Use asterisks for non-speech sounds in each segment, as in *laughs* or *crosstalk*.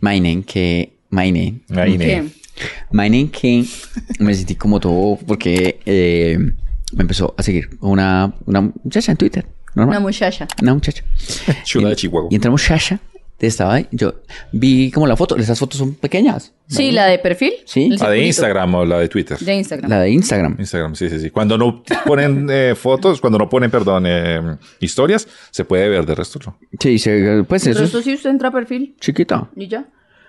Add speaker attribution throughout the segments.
Speaker 1: Mainen, que. Mainen.
Speaker 2: Maine.
Speaker 1: Mainen, que me sentí como todo porque eh, me empezó a seguir una, una muchacha en Twitter.
Speaker 3: Una
Speaker 1: Normal.
Speaker 3: muchacha.
Speaker 1: Una muchacha.
Speaker 2: Chula de
Speaker 1: Y-
Speaker 2: Chihuahua.
Speaker 1: Y entramos Shasha. Estaba ahí. Yo vi como la foto. Esas fotos son pequeñas.
Speaker 3: Sí, la de perfil.
Speaker 1: Sí.
Speaker 3: El
Speaker 2: La Ah, de
Speaker 3: circulito.
Speaker 2: Instagram o la de Twitter.
Speaker 3: De Instagram.
Speaker 1: La de Instagram.
Speaker 2: Instagram, sí, sí, sí. Cuando no ponen *laughs* eh, fotos, cuando no ponen, perdón, eh, historias, se puede ver de resto. No.
Speaker 1: Sí, se- pues
Speaker 3: Pero
Speaker 1: eso
Speaker 3: esto
Speaker 1: es
Speaker 3: sí usted entra a perfil
Speaker 1: chiquita.
Speaker 3: y ya.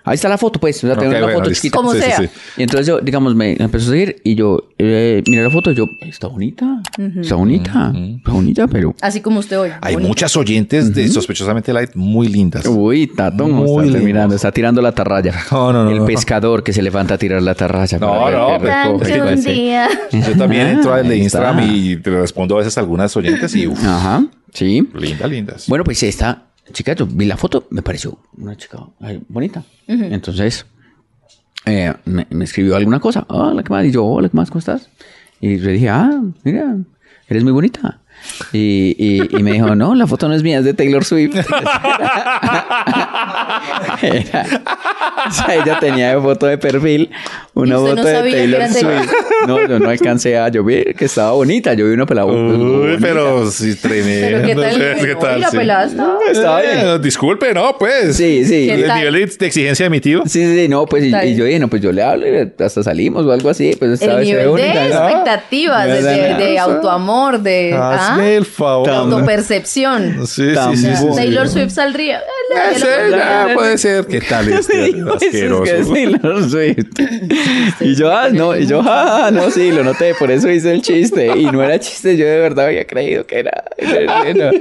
Speaker 1: Ahí está la foto, pues. O sea, tengo
Speaker 2: Ok,
Speaker 1: la
Speaker 2: bueno,
Speaker 1: foto
Speaker 2: listo.
Speaker 1: chiquita.
Speaker 3: Como
Speaker 2: Sí, sí,
Speaker 3: sea.
Speaker 2: sí.
Speaker 1: Y entonces yo, digamos, me la empezó a seguir y yo eh, miré la foto y yo, está bonita, está bonita, está bonita, pero...
Speaker 3: Así como usted hoy.
Speaker 2: Hay
Speaker 3: Bonito.
Speaker 2: muchas oyentes de sospechosamente light muy lindas.
Speaker 1: Uy, Tato,
Speaker 2: Muy
Speaker 1: está
Speaker 2: lindo.
Speaker 1: terminando, está tirando la tarraya.
Speaker 2: No, no, no,
Speaker 1: El
Speaker 2: no.
Speaker 1: pescador que se levanta a tirar la tarraya.
Speaker 2: No,
Speaker 1: para ver
Speaker 2: no,
Speaker 1: qué
Speaker 2: pero-
Speaker 1: recoge,
Speaker 2: Tanto
Speaker 1: pues, sí.
Speaker 2: Yo también entro al de
Speaker 1: Ahí está.
Speaker 2: Instagram y te respondo a veces a algunas oyentes y uff,
Speaker 1: Ajá, sí.
Speaker 2: lindas, lindas.
Speaker 1: Bueno, pues esta chica, yo vi la foto, me pareció una chica ay, bonita. Entonces, eh, me, me escribió alguna cosa. Hola, ¿qué más? Y yo, hola, ¿qué más? ¿Cómo estás? Y le dije, ah, mira, eres muy bonita. Y, y- y me dijo, no, la foto no es mía, es de Taylor Swift. *laughs* Era- o sea, ella tenía de foto de perfil una
Speaker 3: Y usted no
Speaker 1: foto de
Speaker 3: sabía que
Speaker 1: Taylor
Speaker 3: era Taylor.
Speaker 1: Swift. No, yo no alcancé a, yo vi que estaba bonita, yo vi una pelada.
Speaker 2: Uy,
Speaker 1: bonita.
Speaker 2: pero sí, tremendo.
Speaker 3: *laughs* Pero qué
Speaker 2: *laughs*
Speaker 3: tal.
Speaker 2: ¿Qué
Speaker 3: Bueno,
Speaker 2: tal?
Speaker 3: y la
Speaker 2: Sí.
Speaker 3: pelada está-
Speaker 1: Está
Speaker 2: Eh, disculpe, no, pues.
Speaker 1: Sí, sí.
Speaker 3: ¿Qué
Speaker 2: El
Speaker 3: tal?
Speaker 2: nivel de, de exigencia de mi tío.
Speaker 1: Sí, sí, sí, no, pues y,
Speaker 3: Está
Speaker 1: y
Speaker 3: bien.
Speaker 1: yo dije, no, pues yo le hablo y hasta salimos o algo así, pues
Speaker 3: El
Speaker 1: estaba
Speaker 3: nivel de expectativas, de, de- de autoamor, de ¿ah?
Speaker 2: Hazme el favor.
Speaker 3: de
Speaker 2: Sí,
Speaker 3: autopercepción.
Speaker 2: sí, sí,
Speaker 1: También.
Speaker 2: sí, sí.
Speaker 3: Taylor Swift saldría. Ah,
Speaker 2: Eh, sí, ya, puede ser. ¿Qué
Speaker 3: *laughs*
Speaker 2: tal este
Speaker 1: pues,
Speaker 2: asqueroso?
Speaker 1: Y yo, ah, no, y yo, ah, no, sí, lo noté, por eso hice el chiste. Y no era chiste, yo de verdad había creído que era. era- era.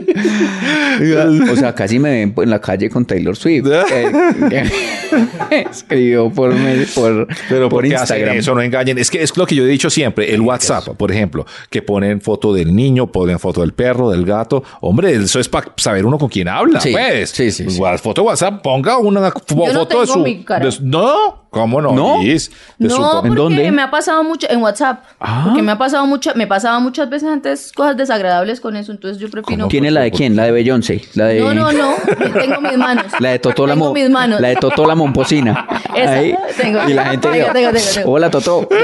Speaker 1: O sea, casi me ven en la calle con Taylor
Speaker 2: *laughs*
Speaker 1: Swift. eh, que- escribió por, me- por,
Speaker 2: Pero
Speaker 1: por
Speaker 2: por
Speaker 1: Instagram.
Speaker 2: eso no engañen. Es que es lo que yo he dicho siempre. El WhatsApp, por ejemplo, que ponen foto del niño, ponen foto del perro, del gato. Hombre, eso es para saber uno con quién habla.
Speaker 1: Sí,
Speaker 2: pues,
Speaker 1: sí, sí, sí.
Speaker 2: Gua- foto de WhatsApp, ponga una fo-
Speaker 3: Yo no
Speaker 2: foto de
Speaker 3: tengo
Speaker 2: su,
Speaker 3: mi cara.
Speaker 2: de su- No, ¿cómo no?
Speaker 1: ¿No?
Speaker 2: Liz? De su
Speaker 3: No,
Speaker 2: papá.
Speaker 3: porque
Speaker 1: ¿En dónde?
Speaker 3: me ha pasado mucho en WhatsApp.
Speaker 1: Ah.
Speaker 3: Porque me ha pasado mucho, me pasaba muchas veces antes cosas desagradables con eso, entonces yo prefiero.
Speaker 1: ¿Quién es la de quién? La de Beyoncé. La de...
Speaker 3: No, no, no. Tengo mis manos.
Speaker 1: La de Totó la,
Speaker 3: Tengo
Speaker 1: Mo-
Speaker 3: mis manos.
Speaker 1: la de Totó la Momposina.
Speaker 3: Esa,
Speaker 1: Ahí.
Speaker 3: tengo.
Speaker 1: Y la gente dijo,
Speaker 3: Tengo, tengo, tengo, Ah, tengo.
Speaker 1: hola Totó. Pues,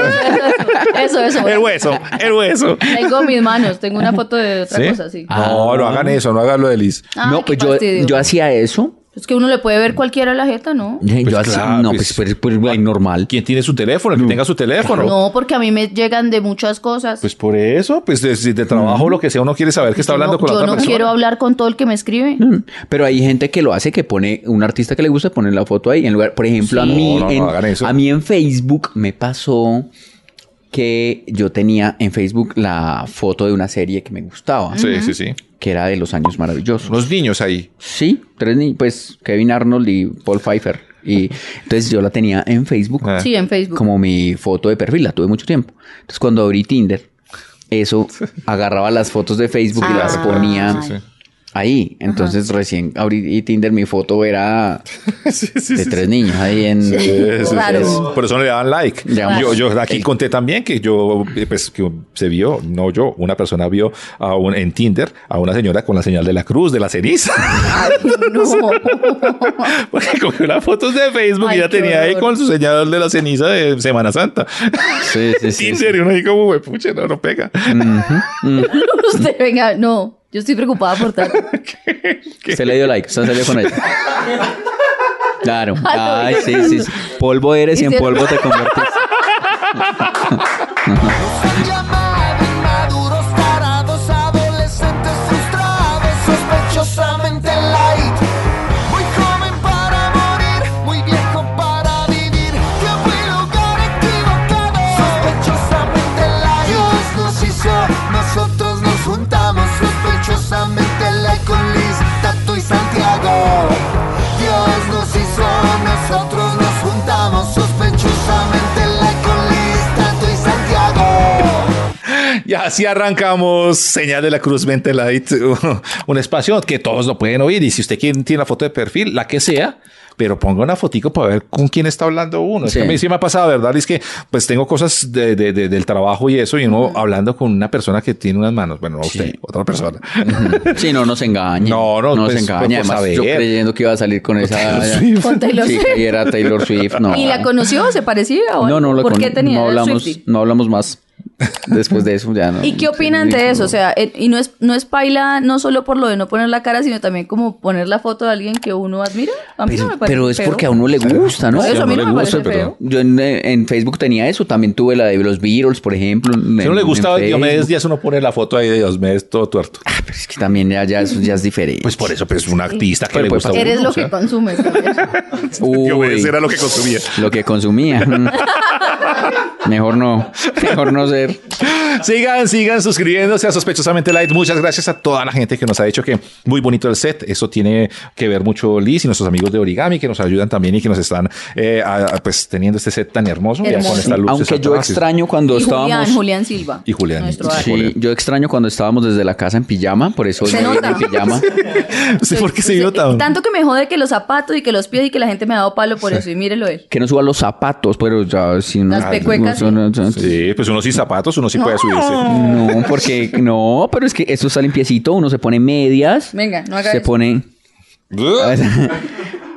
Speaker 3: Eso, eso. eso.
Speaker 2: El hueso, el hueso.
Speaker 3: Tengo mis manos. Tengo una foto de otra
Speaker 2: ¿Sí?
Speaker 3: cosa, sí.
Speaker 2: No,
Speaker 1: Ah.
Speaker 2: no hagan eso, no hagan lo de Liz.
Speaker 3: Ay,
Speaker 1: no,
Speaker 3: qué
Speaker 1: pues yo,
Speaker 3: fastidio.
Speaker 1: yo hacía eso.
Speaker 3: Es que uno le puede ver cualquiera la jeta, ¿no?
Speaker 1: yo
Speaker 2: Pues
Speaker 1: hacía,
Speaker 2: claro,
Speaker 1: no,
Speaker 2: pues-
Speaker 1: pues, pues, pues, güey, normal.
Speaker 2: ¿Quién tiene su teléfono? El que tenga su teléfono.
Speaker 3: No, porque a mí me llegan de muchas cosas.
Speaker 2: Pues por eso, pues de, de trabajo, lo que sea, uno quiere saber que está hablando
Speaker 3: no,
Speaker 2: con la
Speaker 3: yo
Speaker 2: otra
Speaker 3: no
Speaker 2: persona.
Speaker 3: quiero hablar con todo el que me escribe.
Speaker 1: ¿Eh? Pero hay gente que lo hace, que pone un artista que le gusta, pone la foto ahí. En lugar, por ejemplo, a mí,
Speaker 2: No, no, no,
Speaker 1: en,
Speaker 2: hagan eso.
Speaker 1: a mí en Facebook me pasó que yo tenía en Facebook la foto de una serie que me gustaba,
Speaker 2: Sí, sí, sí.
Speaker 1: que era de los años maravillosos.
Speaker 2: Unos niños ahí.
Speaker 1: Sí, tres ni- pues Kevin Arnold y Paul Pfeiffer. Y entonces yo la tenía en Facebook
Speaker 2: Ah.
Speaker 3: Sí, en Facebook.
Speaker 1: como mi foto de perfil, la tuve mucho tiempo. Entonces cuando abrí Tinder, eso agarraba las fotos de Facebook y
Speaker 3: Ah,
Speaker 1: las ponía
Speaker 3: *laughs*
Speaker 2: sí, sí.
Speaker 1: ahí. Entonces recién abrí y Tinder, mi foto era
Speaker 2: *laughs* Sí, sí,
Speaker 1: de
Speaker 2: sí,
Speaker 1: tres niños ahí en...
Speaker 2: Sí, sí,
Speaker 3: Claro.
Speaker 2: sí. Por eso no le daban like.
Speaker 1: Digamos,
Speaker 2: Yo, yo aquí conté también que yo, eh, pues, que se vio, no yo, una persona vio a un, en Tinder a una señora con la señal de la cruz, de la ceniza. *laughs*
Speaker 3: No.
Speaker 2: Porque cogió las fotos de Facebook
Speaker 3: Ay,
Speaker 2: y ya
Speaker 3: qué
Speaker 2: tenía ahí
Speaker 3: horror.
Speaker 2: con su señal de la ceniza de Semana Santa.
Speaker 1: Sí, sí, sí,
Speaker 2: *laughs*
Speaker 1: sí. Mm.
Speaker 2: Tinder, y uno ahí como, "Güey, pucha, no, no pega.
Speaker 3: *laughs* Usted venga, no. Yo estoy preocupada
Speaker 2: *laughs*
Speaker 3: por tal.
Speaker 1: Se le dio like, se salió
Speaker 3: *laughs*
Speaker 1: con ella. Claro. Ay, sí, sí, sí. Polvo eres y en
Speaker 3: Hicieron-
Speaker 1: polvo te convertís.
Speaker 4: Son llamados inmaduros, tarados, adolescentes frustrados, sospechosamente light. Muy joven para morir, muy viejo para vivir. Tiempo y lugar equivocado, sospechosamente light. Dios nos hizo, nosotros nos juntamos, sospechosamente light con Liz, Tato y Santiago. Dios nos hizo, nosotros nos juntamos, sospechosamente light con Liz, Tato y Santiago.
Speaker 2: Y así arrancamos Señal de la Cruz Mente Light, *laughs* un espacio que todos lo pueden oír. Y si usted quiere- tiene la foto de perfil, la que sea, pero ponga una fotico para ver con quién está hablando uno. Es que
Speaker 1: Sí.
Speaker 2: a mí sí me ha pasado, ¿verdad? Es que pues tengo cosas de- de- de- del trabajo y eso, y uno hablando con una persona que tiene unas manos. Bueno, no usted,
Speaker 1: *laughs*
Speaker 2: otra persona.
Speaker 1: Sí, no nos engañen.
Speaker 2: No, no,
Speaker 1: nos
Speaker 2: pues,
Speaker 1: engañen.
Speaker 2: pues, a
Speaker 1: Además, yo
Speaker 2: ver.
Speaker 1: creyendo que iba a salir con esa
Speaker 3: Con Taylor
Speaker 1: Sí,
Speaker 3: Swift.
Speaker 1: que era Taylor Swift. No.
Speaker 3: *laughs* ¿Y la conoció? ¿Se parecía? o
Speaker 1: No, no, la
Speaker 3: ¿Por
Speaker 1: con-
Speaker 3: qué tenía
Speaker 1: no
Speaker 3: el
Speaker 1: hablamos,
Speaker 3: Swiftie?
Speaker 1: no hablamos más. Después de eso ya no.
Speaker 3: ¿Y qué opinan de eso? O sea, eh, y no es, no es paila no solo por lo de no poner la cara, sino también como poner la foto de alguien que uno admira. A mí no
Speaker 1: pero,
Speaker 3: me parece
Speaker 1: pero es
Speaker 3: feo.
Speaker 1: porque a uno le gusta, ¿no?
Speaker 3: Eso a mí no me parece feo.
Speaker 1: Yo en, en Facebook tenía eso, también tuve la de los Beatles, por ejemplo.
Speaker 2: Si no le gusta Diomedes Díaz, uno pone la foto ahí de Diomedes todo tuerto.
Speaker 1: Ah, Pero es que también ya, ya, eso ya es diferente.
Speaker 2: Pues por eso, pues un artista que
Speaker 1: Pero
Speaker 2: le
Speaker 1: pues,
Speaker 2: gusta. a uno,
Speaker 3: Eres
Speaker 2: o
Speaker 3: lo
Speaker 2: sea.
Speaker 3: que pues, consumes.
Speaker 1: *laughs* Uy,
Speaker 2: Diomedes era lo que consumía.
Speaker 1: lo que
Speaker 2: *laughs*
Speaker 1: consumía. Mm. mejor no, mejor no ser.
Speaker 2: *laughs* Sigan, sigan suscribiéndose a Sospechosamente Light. Muchas gracias a toda la gente que nos ha dicho que muy bonito el set. Eso tiene que ver mucho Liz y nuestros amigos de Origami que nos ayudan también y que nos están eh, a- a- pues teniendo este set tan hermoso. ya
Speaker 3: Hermoso.
Speaker 2: con estas
Speaker 1: Sí,
Speaker 2: luces
Speaker 1: aunque yo
Speaker 2: atrás. *laughs*
Speaker 1: extraño cuando
Speaker 3: Y
Speaker 1: estábamos.
Speaker 3: Julián, Julián Silva.
Speaker 2: Y Julián.
Speaker 3: Nuestro
Speaker 2: Sí.
Speaker 3: árbitro.
Speaker 1: Sí, yo extraño cuando estábamos desde la casa en pijama, por eso hoy
Speaker 3: Se
Speaker 1: me vine
Speaker 3: nota.
Speaker 1: en pijama.
Speaker 3: *laughs*
Speaker 2: No sé por qué se
Speaker 3: Sí,
Speaker 2: vio tan...
Speaker 3: Tanto que me jode que los zapatos y que los pies y que la gente me ha dado palo por eso. Y mírelo
Speaker 1: *laughs*
Speaker 3: él.
Speaker 1: Que no suba los zapatos, pero ya si no.
Speaker 3: Las pecuecas,
Speaker 1: no, no, no,
Speaker 2: Sí, pues uno sin zapatos, uno sí puede subirse.
Speaker 1: No, porque no, pero es que esto está limpiecito, uno se pone medias.
Speaker 3: Venga, no haga
Speaker 1: Se
Speaker 3: eso.
Speaker 1: pone.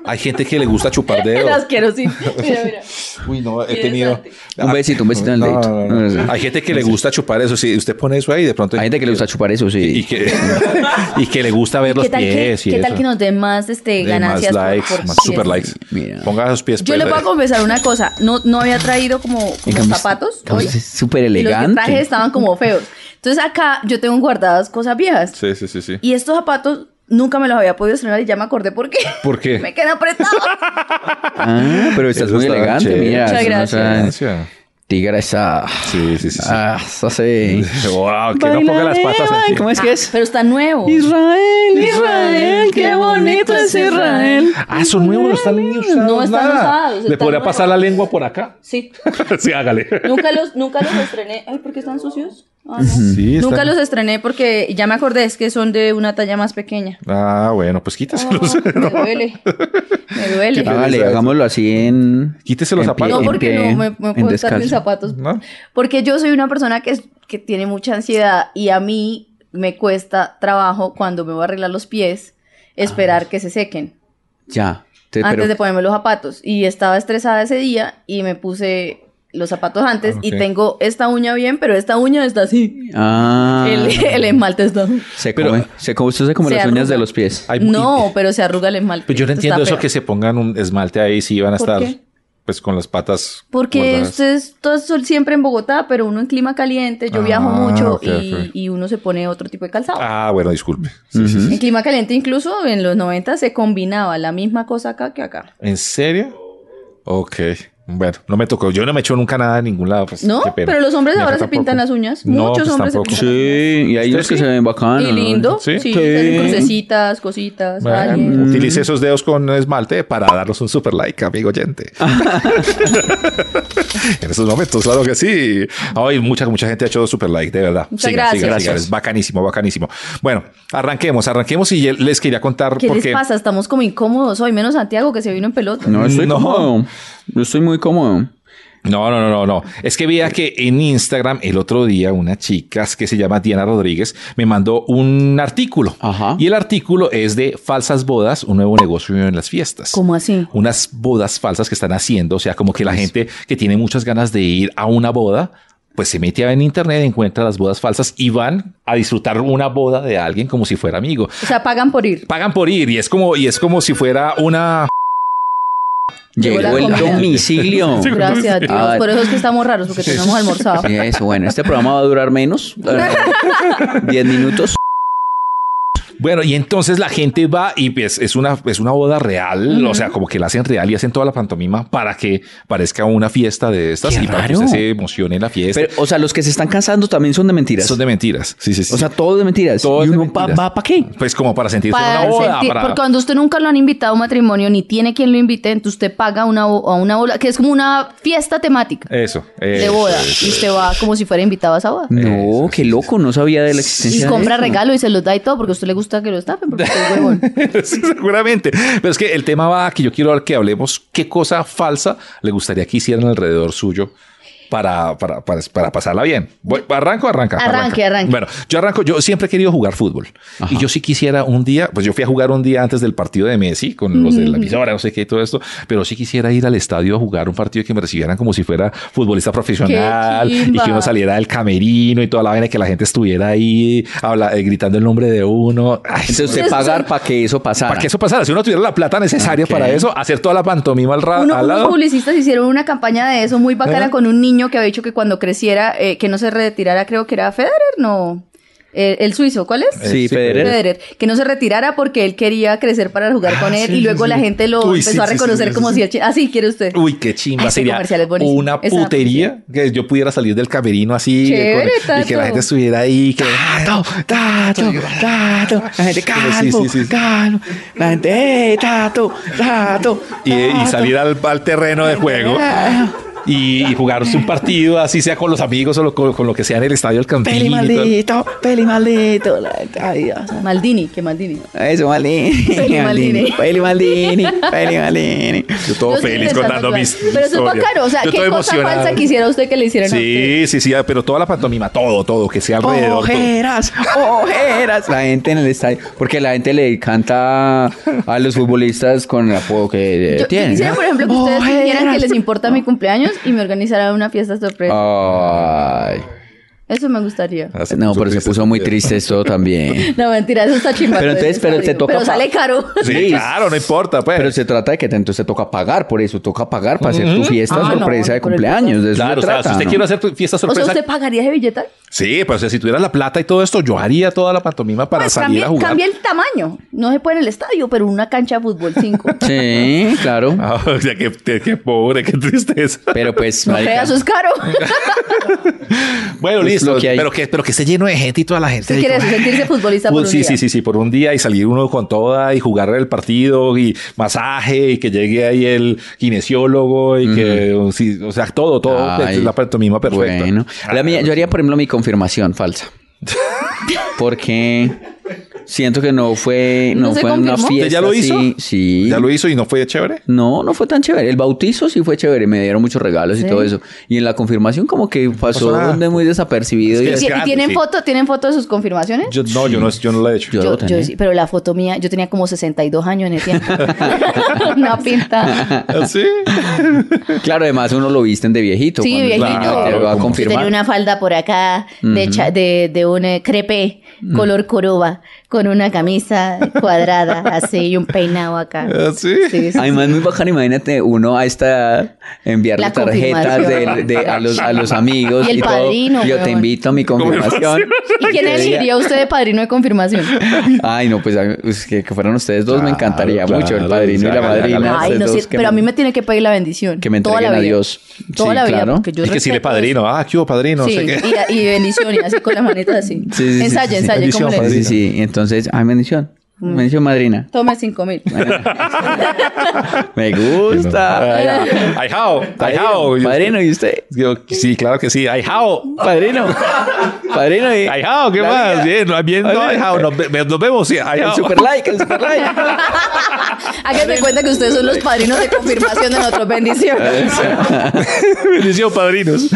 Speaker 2: Hay gente que le gusta
Speaker 3: *laughs*
Speaker 2: chupar
Speaker 3: El
Speaker 2: dedos.
Speaker 3: asquerosito. Mira, mira.
Speaker 2: Uy, no, he tenido... Ah,
Speaker 1: Un besito, un besito en el
Speaker 2: No,
Speaker 1: dedito.
Speaker 2: no, no. Hay gente que le gusta chupar eso. Si usted pone eso ahí, de pronto...
Speaker 1: Hay gente que le gusta chupar eso,
Speaker 2: *laughs*
Speaker 1: sí.
Speaker 2: y que, *laughs* y que le gusta ver los
Speaker 3: ¿Qué tal, que,
Speaker 2: pies y
Speaker 3: qué tal
Speaker 2: eso.
Speaker 3: que nos den más este,
Speaker 2: Eh, más
Speaker 3: ganancias? por-
Speaker 2: likes,
Speaker 3: por
Speaker 2: más
Speaker 3: pies?
Speaker 2: super likes.
Speaker 1: Mira.
Speaker 2: Ponga los pies.
Speaker 3: Yo
Speaker 2: pues,
Speaker 3: le voy a
Speaker 2: eh.
Speaker 3: confesar una cosa. No, no había traído como,
Speaker 1: En
Speaker 3: como
Speaker 1: cambio,
Speaker 3: zapatos.
Speaker 1: cambio
Speaker 3: hoy.
Speaker 1: es súper
Speaker 3: Y Los que
Speaker 1: elegante.
Speaker 3: traje estaban como feos. Entonces acá yo tengo guardadas cosas viejas.
Speaker 2: Sí, sí, sí, sí.
Speaker 3: Y estos zapatos nunca me los había podido estrenar y ya me acordé por
Speaker 2: *laughs*
Speaker 3: qué.
Speaker 2: ¿Por qué?
Speaker 3: me
Speaker 2: *laughs*
Speaker 3: quedan apretados.
Speaker 1: Ah, pero estás
Speaker 2: Eso
Speaker 1: muy
Speaker 2: está
Speaker 1: elegante,
Speaker 2: chévere.
Speaker 1: mira.
Speaker 3: Muchas
Speaker 1: eso no
Speaker 3: gracias.
Speaker 1: está- tigra esa.
Speaker 2: Sí, sí, sí, *laughs* sí.
Speaker 1: Ah, esa se.
Speaker 2: Wow, que no ponga las patas
Speaker 1: Bailaré,
Speaker 2: aquí.
Speaker 1: ¿Cómo es que es?
Speaker 3: Pero está nuevo.
Speaker 1: Israel,
Speaker 3: Israel, qué bonito es Israel.
Speaker 2: Ah, son nuevos, no están ni usados.
Speaker 3: No están
Speaker 2: nada.
Speaker 3: usados,
Speaker 2: Le
Speaker 3: están
Speaker 2: podría
Speaker 3: nuevos.
Speaker 2: pasar la lengua por acá. *laughs*
Speaker 3: Sí.
Speaker 2: sí, hágale.
Speaker 3: Nunca los, nunca los estrené. Ay, ¿por qué están sucios? Ah, no.
Speaker 2: Sí,
Speaker 3: Nunca
Speaker 2: están-
Speaker 3: los estrené porque ya me acordé, es que son de una talla
Speaker 2: *laughs*
Speaker 3: más pequeña.
Speaker 2: Ah, bueno, pues quítaselos. *laughs*
Speaker 3: Ah, me duele. Me duele.
Speaker 2: Qué pereza.
Speaker 1: Hágale, Ah, hagámoslo así en.
Speaker 2: Quítese los
Speaker 1: en pie,
Speaker 2: zapatos.
Speaker 3: No,
Speaker 1: en
Speaker 3: porque
Speaker 1: pie,
Speaker 3: no me, me
Speaker 1: en
Speaker 3: puedo estar sin
Speaker 1: descalzo.
Speaker 3: zapatos.
Speaker 2: ¿No?
Speaker 3: Porque yo soy una persona que, es- que tiene mucha ansiedad y a mí me cuesta trabajo cuando me voy a arreglar los pies esperar
Speaker 2: Ah.
Speaker 3: que se sequen
Speaker 1: Ya. Te-
Speaker 3: antes
Speaker 1: pero-
Speaker 3: de ponerme los zapatos. Y estaba estresada ese día y me puse los zapatos antes
Speaker 2: Ah, ok.
Speaker 3: y tengo esta uña bien, pero esta uña está así.
Speaker 1: Ah.
Speaker 3: El, el esmalte está.
Speaker 1: *laughs* Se
Speaker 2: Pero-
Speaker 1: come, se come, usted se come
Speaker 3: Se
Speaker 1: las uñas
Speaker 3: arruga.
Speaker 1: de los pies.
Speaker 2: Ay,
Speaker 3: No, pero se arruga el esmalte.
Speaker 2: Pues yo no
Speaker 3: Está
Speaker 2: entiendo eso
Speaker 3: feo.
Speaker 2: que se pongan un esmalte ahí si van a
Speaker 3: ¿Por
Speaker 2: estar
Speaker 3: qué?
Speaker 2: pues con las patas.
Speaker 3: Porque este-
Speaker 2: guardadas.
Speaker 3: ustedes todos son siempre en Bogotá, pero uno en clima caliente, yo viajo
Speaker 2: Ah,
Speaker 3: mucho
Speaker 2: ok,
Speaker 3: y,
Speaker 2: ok.
Speaker 3: y uno se pone otro tipo de calzado.
Speaker 2: Ah, bueno, disculpe. Sí, sí, sí.
Speaker 3: En clima caliente incluso en los 90 se combinaba la misma cosa acá que acá.
Speaker 2: ¿En serio? Ok. Bueno, no me tocó. Yo no me echo nunca nada de ningún lado. pues,
Speaker 3: ¿No,
Speaker 2: qué pena.
Speaker 3: pero los hombres
Speaker 2: Mi
Speaker 3: ahora
Speaker 2: acá
Speaker 3: se pintan las
Speaker 2: tampoco.
Speaker 3: uñas.
Speaker 2: No,
Speaker 3: Muchos
Speaker 2: pues
Speaker 3: hombres se
Speaker 2: tampoco.
Speaker 3: pintan las uñas.
Speaker 1: Sí, y hay
Speaker 2: ¿Usted
Speaker 1: unos que
Speaker 2: sí?
Speaker 1: se ven
Speaker 2: Ah,
Speaker 1: bacanos.
Speaker 3: Y lindo.
Speaker 2: ¿Sí?
Speaker 3: Sí,
Speaker 2: Sí.
Speaker 3: se hacen crucecitas, cositas,
Speaker 2: Bueno, mm,
Speaker 3: aliens.
Speaker 2: utilice esos dedos con esmalte para darnos un super like, amigo
Speaker 3: *laughs*
Speaker 2: oyente. en esos momentos, claro que sí. Ay, mucha, mucha gente ha hecho super like, de verdad.
Speaker 3: Muchas gracias. Gracias.
Speaker 2: Es bacanísimo, bacanísimo. Bueno, arranquemos, arranquemos y les quería contar
Speaker 3: ¿Qué
Speaker 2: por
Speaker 3: les pasa? Estamos como incómodos hoy, menos Santiago que se vino en pelota.
Speaker 1: No, estoy
Speaker 2: No.
Speaker 1: cómodo. Yo estoy muy cómodo.
Speaker 2: No, no, no, no, no. Es que veía que en Instagram el otro día una chica que se llama Diana Rodríguez me mandó un artículo.
Speaker 1: Ajá.
Speaker 2: Y el artículo es de falsas bodas, un nuevo negocio en las fiestas.
Speaker 3: ¿Cómo así?
Speaker 2: Unas bodas falsas que están haciendo, o sea, como que la gente que tiene muchas ganas de ir a una boda, pues se mete en internet, encuentra las bodas falsas y van a disfrutar una boda de alguien como si fuera amigo.
Speaker 3: O sea, pagan por ir.
Speaker 2: Pagan por ir y es como y es como si fuera una
Speaker 3: Llegó la
Speaker 1: Llegó el
Speaker 3: comida. *laughs*
Speaker 1: domicilio.
Speaker 3: Gracias, Dios.
Speaker 1: Ah.
Speaker 3: Por eso es que estamos raros, porque tenemos almorzado.
Speaker 1: Sí,
Speaker 3: *laughs*
Speaker 1: eh, Eso, bueno, este programa va a durar menos. 10 minutos.
Speaker 2: Bueno, y entonces la gente va y pues, es una, es una boda real, o sea, como que la hacen real y hacen toda la pantomima para que parezca una fiesta de estas
Speaker 1: Qué
Speaker 2: y para que
Speaker 1: raro.
Speaker 2: usted se emocione en la fiesta.
Speaker 1: Pero, o sea, los que se están casando también son de mentiras.
Speaker 2: Son de mentiras. Sí, sí, sí.
Speaker 1: O sea, todo de mentiras.
Speaker 2: Todo
Speaker 1: ¿Y
Speaker 2: es de
Speaker 1: uno pa-
Speaker 2: mentiras.
Speaker 1: va para qué?
Speaker 2: pues como para sentirse
Speaker 3: Para
Speaker 2: en una boda.
Speaker 3: sentir-
Speaker 2: para-
Speaker 3: Porque cuando usted nunca lo han invitado a un matrimonio ni tiene quien lo invite, entonces usted paga una, bo- a una bola, que es como una fiesta temática
Speaker 2: Eso.
Speaker 3: de
Speaker 2: eso,
Speaker 3: boda.
Speaker 2: eso,
Speaker 3: Y usted va como si fuera invitado a esa boda.
Speaker 2: Eh,
Speaker 1: No, qué loco, no sabía de la
Speaker 3: Y
Speaker 1: existencia. de
Speaker 3: compra
Speaker 1: eso.
Speaker 3: regalo y se los da y todo porque a usted le gusta que lo estafen
Speaker 2: *laughs*
Speaker 3: porque usted es huevón.
Speaker 2: Sí, seguramente. Pero es que el tema va a que yo quiero que hablemos qué cosa falsa le gustaría que hicieran alrededor suyo para, para, para, para pasarla bien. Voy- ¿Arranco o arranca?
Speaker 3: Arranque, arranque.
Speaker 2: Bueno, yo arranco. Yo siempre he querido jugar fútbol. Y yo sí quisiera un día, pues yo fui a jugar un día antes del partido de Messi con los de la emisora, no sé qué y todo esto, pero sí quisiera ir al estadio a jugar un partido y que me recibieran como si fuera futbolista profesional
Speaker 3: ¡Qué
Speaker 2: y que uno
Speaker 3: chimba!
Speaker 2: saliera del camerino y toda la vaina que la gente estuviera ahí habla- eh, gritando el nombre de uno. Ay,
Speaker 1: Entonces,
Speaker 3: Eso
Speaker 1: usted
Speaker 3: es-
Speaker 1: pagar para que eso pasara.
Speaker 2: para que eso pasara, si uno tuviera la plata necesaria
Speaker 1: Ok.
Speaker 2: para eso, hacer toda la pantomima al, ra-
Speaker 3: Uno-
Speaker 2: al
Speaker 3: unos
Speaker 2: lado.
Speaker 3: publicistas hicieron una campaña de eso muy bacana
Speaker 2: Ajá.
Speaker 3: con un niño que había dicho que cuando creciera, eh, que no se retirara, creo que era Federer, no. Eh, el suizo, ¿cuál es?
Speaker 1: Sí,
Speaker 2: Eh, sí,
Speaker 1: Federer.
Speaker 3: Federer, que no se retirara porque él quería crecer para jugar con
Speaker 2: Ah,
Speaker 3: él
Speaker 2: sí,
Speaker 3: y
Speaker 2: sí,
Speaker 3: luego
Speaker 2: sí.
Speaker 3: la gente lo
Speaker 2: Uy,
Speaker 3: empezó
Speaker 2: sí,
Speaker 3: a
Speaker 2: sí, sí,
Speaker 3: reconocer
Speaker 2: sí, sí,
Speaker 3: como
Speaker 2: sí.
Speaker 3: si el chi- Ah, sí, quiere usted.
Speaker 2: Uy, qué chimba
Speaker 3: Ay, ese
Speaker 2: sería
Speaker 3: comercial es buenísimo.
Speaker 2: una
Speaker 3: Esa-
Speaker 2: putería que yo pudiera salir del camerino así
Speaker 3: Chévere,
Speaker 2: y que la
Speaker 3: Tato.
Speaker 2: gente estuviera ahí. Que,
Speaker 1: Tato, tato, tato. La gente
Speaker 2: Sí, sí,
Speaker 1: calvo,
Speaker 2: sí, sí.
Speaker 1: calvo. La gente,
Speaker 2: "Eh,
Speaker 1: "Ey, tato, tato.
Speaker 2: y, y
Speaker 1: tato".
Speaker 2: salir al, al terreno de juego. Y, y jugarse un partido, así sea con los amigos o lo- con, con lo que sea en el estadio del
Speaker 1: Peli
Speaker 2: campín. y todo.
Speaker 1: maldito, peli maldito. La gente, Ay, Dios.
Speaker 3: Maldini, que Maldini.
Speaker 1: Eso, Maldini.
Speaker 3: Peli Maldini.
Speaker 1: Peli Maldini. Peli Maldini.
Speaker 2: Yo todo
Speaker 3: Yo estoy
Speaker 2: feliz
Speaker 3: intentando
Speaker 2: contando
Speaker 3: ayudar.
Speaker 2: mis
Speaker 3: Pero eso es
Speaker 2: historias.
Speaker 3: bacano, o sea,
Speaker 2: Yo
Speaker 3: ¿qué
Speaker 2: todo
Speaker 3: cosa
Speaker 2: emocionado.
Speaker 3: falsa quisiera usted que le hicieran a usted?
Speaker 2: Sí, sí, sí, pero toda la pantomima, todo, todo, que sea alrededor. todo.
Speaker 1: Ojeras, ojeras. La gente en el estadio. Porque la gente le canta a los futbolistas con el apodo que eh,
Speaker 3: Yo, yo
Speaker 1: tienen.
Speaker 3: quisiera,
Speaker 1: ¿no? Oh,
Speaker 3: por ejemplo, que ustedes dijeran que
Speaker 1: Ojeras. *laughs*
Speaker 3: les importa mi cumpleaños y me organizaran una fiesta sorpresa.
Speaker 1: Ay.
Speaker 3: Eso me gustaría.
Speaker 2: Ah, se
Speaker 1: No,
Speaker 2: puso
Speaker 1: pero se
Speaker 2: triste.
Speaker 1: puso muy triste esto también.
Speaker 3: No, mentira, eso está chimba.
Speaker 1: Pero
Speaker 3: todo
Speaker 1: entonces,
Speaker 3: eso
Speaker 1: pero
Speaker 3: está
Speaker 1: te
Speaker 3: rico.
Speaker 1: toca
Speaker 3: Pero
Speaker 1: pa-
Speaker 3: sale
Speaker 1: *laughs*
Speaker 3: caro.
Speaker 2: Sí,
Speaker 1: Sí.
Speaker 2: claro, no importa, pues.
Speaker 1: Pero se trata de que te- entonces toca pagar por eso, toca pagar para hacer tu fiesta
Speaker 3: Ah, no,
Speaker 1: sorpresa de
Speaker 3: por el
Speaker 1: cumpleaños. de eso
Speaker 2: claro,
Speaker 1: se
Speaker 2: o sea,
Speaker 1: trata,
Speaker 2: si usted
Speaker 1: ¿no?
Speaker 2: quiere hacer tu fiesta
Speaker 3: O sea,
Speaker 2: sorpresa.
Speaker 3: ¿usted pagaría ese billete?
Speaker 2: Sí, pero o sea, si tuviera la plata y todo esto, yo haría toda la pantomima para
Speaker 3: Pues
Speaker 2: salir
Speaker 3: cambia,
Speaker 2: a jugar.
Speaker 3: cambia el tamaño. No se puede en el estadio, pero una cancha de fútbol 5.
Speaker 1: *laughs* Sí,
Speaker 2: *laughs*
Speaker 1: claro.
Speaker 2: *laughs* Ah, o sea, qué, qué- qué pobre,
Speaker 1: *laughs*
Speaker 2: qué tristeza.
Speaker 1: Pero pues,
Speaker 3: No
Speaker 1: marica,
Speaker 3: crea, eso
Speaker 1: *laughs*
Speaker 3: es caro.
Speaker 2: Bueno,
Speaker 1: Es
Speaker 2: listo.
Speaker 1: lo que hay.
Speaker 2: pero, que, pero que esté lleno de gente y toda la gente.
Speaker 3: ¿Usted
Speaker 2: ahí
Speaker 3: quiere
Speaker 2: como- *laughs*
Speaker 3: sentirse futbolista por
Speaker 2: Fut-
Speaker 3: un
Speaker 2: sí,
Speaker 3: día?
Speaker 2: sí, sí, sí, por un día y salir uno con toda y jugar el partido y masaje y que llegue ahí el kinesiólogo y que, o sí, o sea, todo, todo.
Speaker 1: Ay,
Speaker 2: es la pantomima perfecta.
Speaker 1: Bueno, la mía, yo haría, por ejemplo, mi confirmación
Speaker 2: *laughs*
Speaker 1: falsa. Porque siento que no fue, no,
Speaker 3: ¿No se
Speaker 1: fue una
Speaker 3: confirmó?
Speaker 1: fiesta.
Speaker 2: ¿Usted ya lo hizo?
Speaker 1: así- Sí.
Speaker 2: ¿Ya lo hizo y no fue chévere?
Speaker 1: No, no fue tan chévere. El bautizo sí fue chévere, me dieron muchos regalos
Speaker 3: Sí.
Speaker 1: y todo eso. Y en la confirmación como que pasó
Speaker 2: nada.
Speaker 1: donde muy desapercibido.
Speaker 2: Es
Speaker 1: y
Speaker 2: que-
Speaker 1: así.
Speaker 3: *laughs* ¿Y, y tienen
Speaker 2: sí.
Speaker 3: foto, tienen foto de sus confirmaciones?
Speaker 2: Yo, no, yo no, yo no la he hecho.
Speaker 1: Yo- lo tenía.
Speaker 3: sí, pero la foto mía, yo tenía como 62 años en el tiempo. *laughs* una pinta.
Speaker 2: ¿Ah, *laughs* ¿Sí?
Speaker 1: Claro, además uno lo visten de viejito.
Speaker 3: Sí,
Speaker 1: cuando-
Speaker 3: viejito.
Speaker 1: Claro, va a
Speaker 2: Yo
Speaker 3: Yo tenía
Speaker 1: confirmar.
Speaker 3: una falda por acá de, cha- de, de un eh, crepe color coroba con una camisa
Speaker 1: *laughs*
Speaker 3: cuadrada así y un peinado acá.
Speaker 2: ¿Ah, sí?
Speaker 3: Sí, sí,
Speaker 1: Además, muy bacán, imagínate uno a esta edad enviarle
Speaker 3: La
Speaker 1: tarjetas de,
Speaker 3: confirmación.
Speaker 1: de- a, los, a los amigos
Speaker 3: Y el
Speaker 1: todo.
Speaker 3: padrino,
Speaker 1: Yo
Speaker 3: weón.
Speaker 1: te invito a mi confirmación.
Speaker 3: *laughs* ¿Y quién elegiría usted de padrino
Speaker 1: *laughs*
Speaker 3: de confirmación?
Speaker 1: Ay, no, pues, a mí- pues, que, que fueran ustedes dos me
Speaker 2: Claro,
Speaker 1: encantaría
Speaker 2: claro,
Speaker 1: mucho, el padrino y la
Speaker 2: hágale, hágale.
Speaker 1: madrina.
Speaker 3: Ay,
Speaker 1: ustedes
Speaker 3: no sé,
Speaker 1: dos que
Speaker 3: pero a
Speaker 1: me-
Speaker 3: mí me tiene que pedir la bendición.
Speaker 1: que me
Speaker 3: toda la
Speaker 1: entreguen a
Speaker 3: vida.
Speaker 1: Dios.
Speaker 3: Toda
Speaker 1: Sí,
Speaker 3: la vida.
Speaker 1: claro.
Speaker 3: Porque yo
Speaker 2: y que si le
Speaker 3: respeto
Speaker 2: padrino, ah, ¿qué hubo
Speaker 3: eso.
Speaker 2: padrino?
Speaker 3: sí,
Speaker 2: No sé
Speaker 3: *laughs*
Speaker 2: qué.
Speaker 3: y, y bendición, y así con las manitas así.
Speaker 1: *laughs* Sí, sí, sí,
Speaker 3: ensaya,
Speaker 1: sí, sí.
Speaker 3: ensaya, ¿cómo
Speaker 2: Bendición,
Speaker 3: le
Speaker 1: Sí, sí,
Speaker 2: padrino.
Speaker 1: sí. Entonces, ay, bendición.
Speaker 3: Mm.
Speaker 1: Bendición madrina.
Speaker 3: Tome cinco mil. *laughs*
Speaker 2: *laughs*
Speaker 1: Me gusta.
Speaker 2: Ay, ah, ay, jao, ay, jao.
Speaker 1: Padrino, padrino, ¿y usted?
Speaker 2: Yo- sí, claro que sí. Ay, jao. *laughs*
Speaker 1: Padrino. Padrino. ¿y?
Speaker 2: Ay, jao, ¿qué
Speaker 1: La
Speaker 2: más?
Speaker 1: vida.
Speaker 2: Bien, no, bien, no, ay, jao. Nos, ve- nos vemos. Sí, ay,
Speaker 1: El
Speaker 2: jao.
Speaker 1: super like, el super like.
Speaker 3: Hágate cuenta que ustedes son los padrinos de confirmación de nosotros. Bendición.
Speaker 2: *laughs* Bendición, padrinos.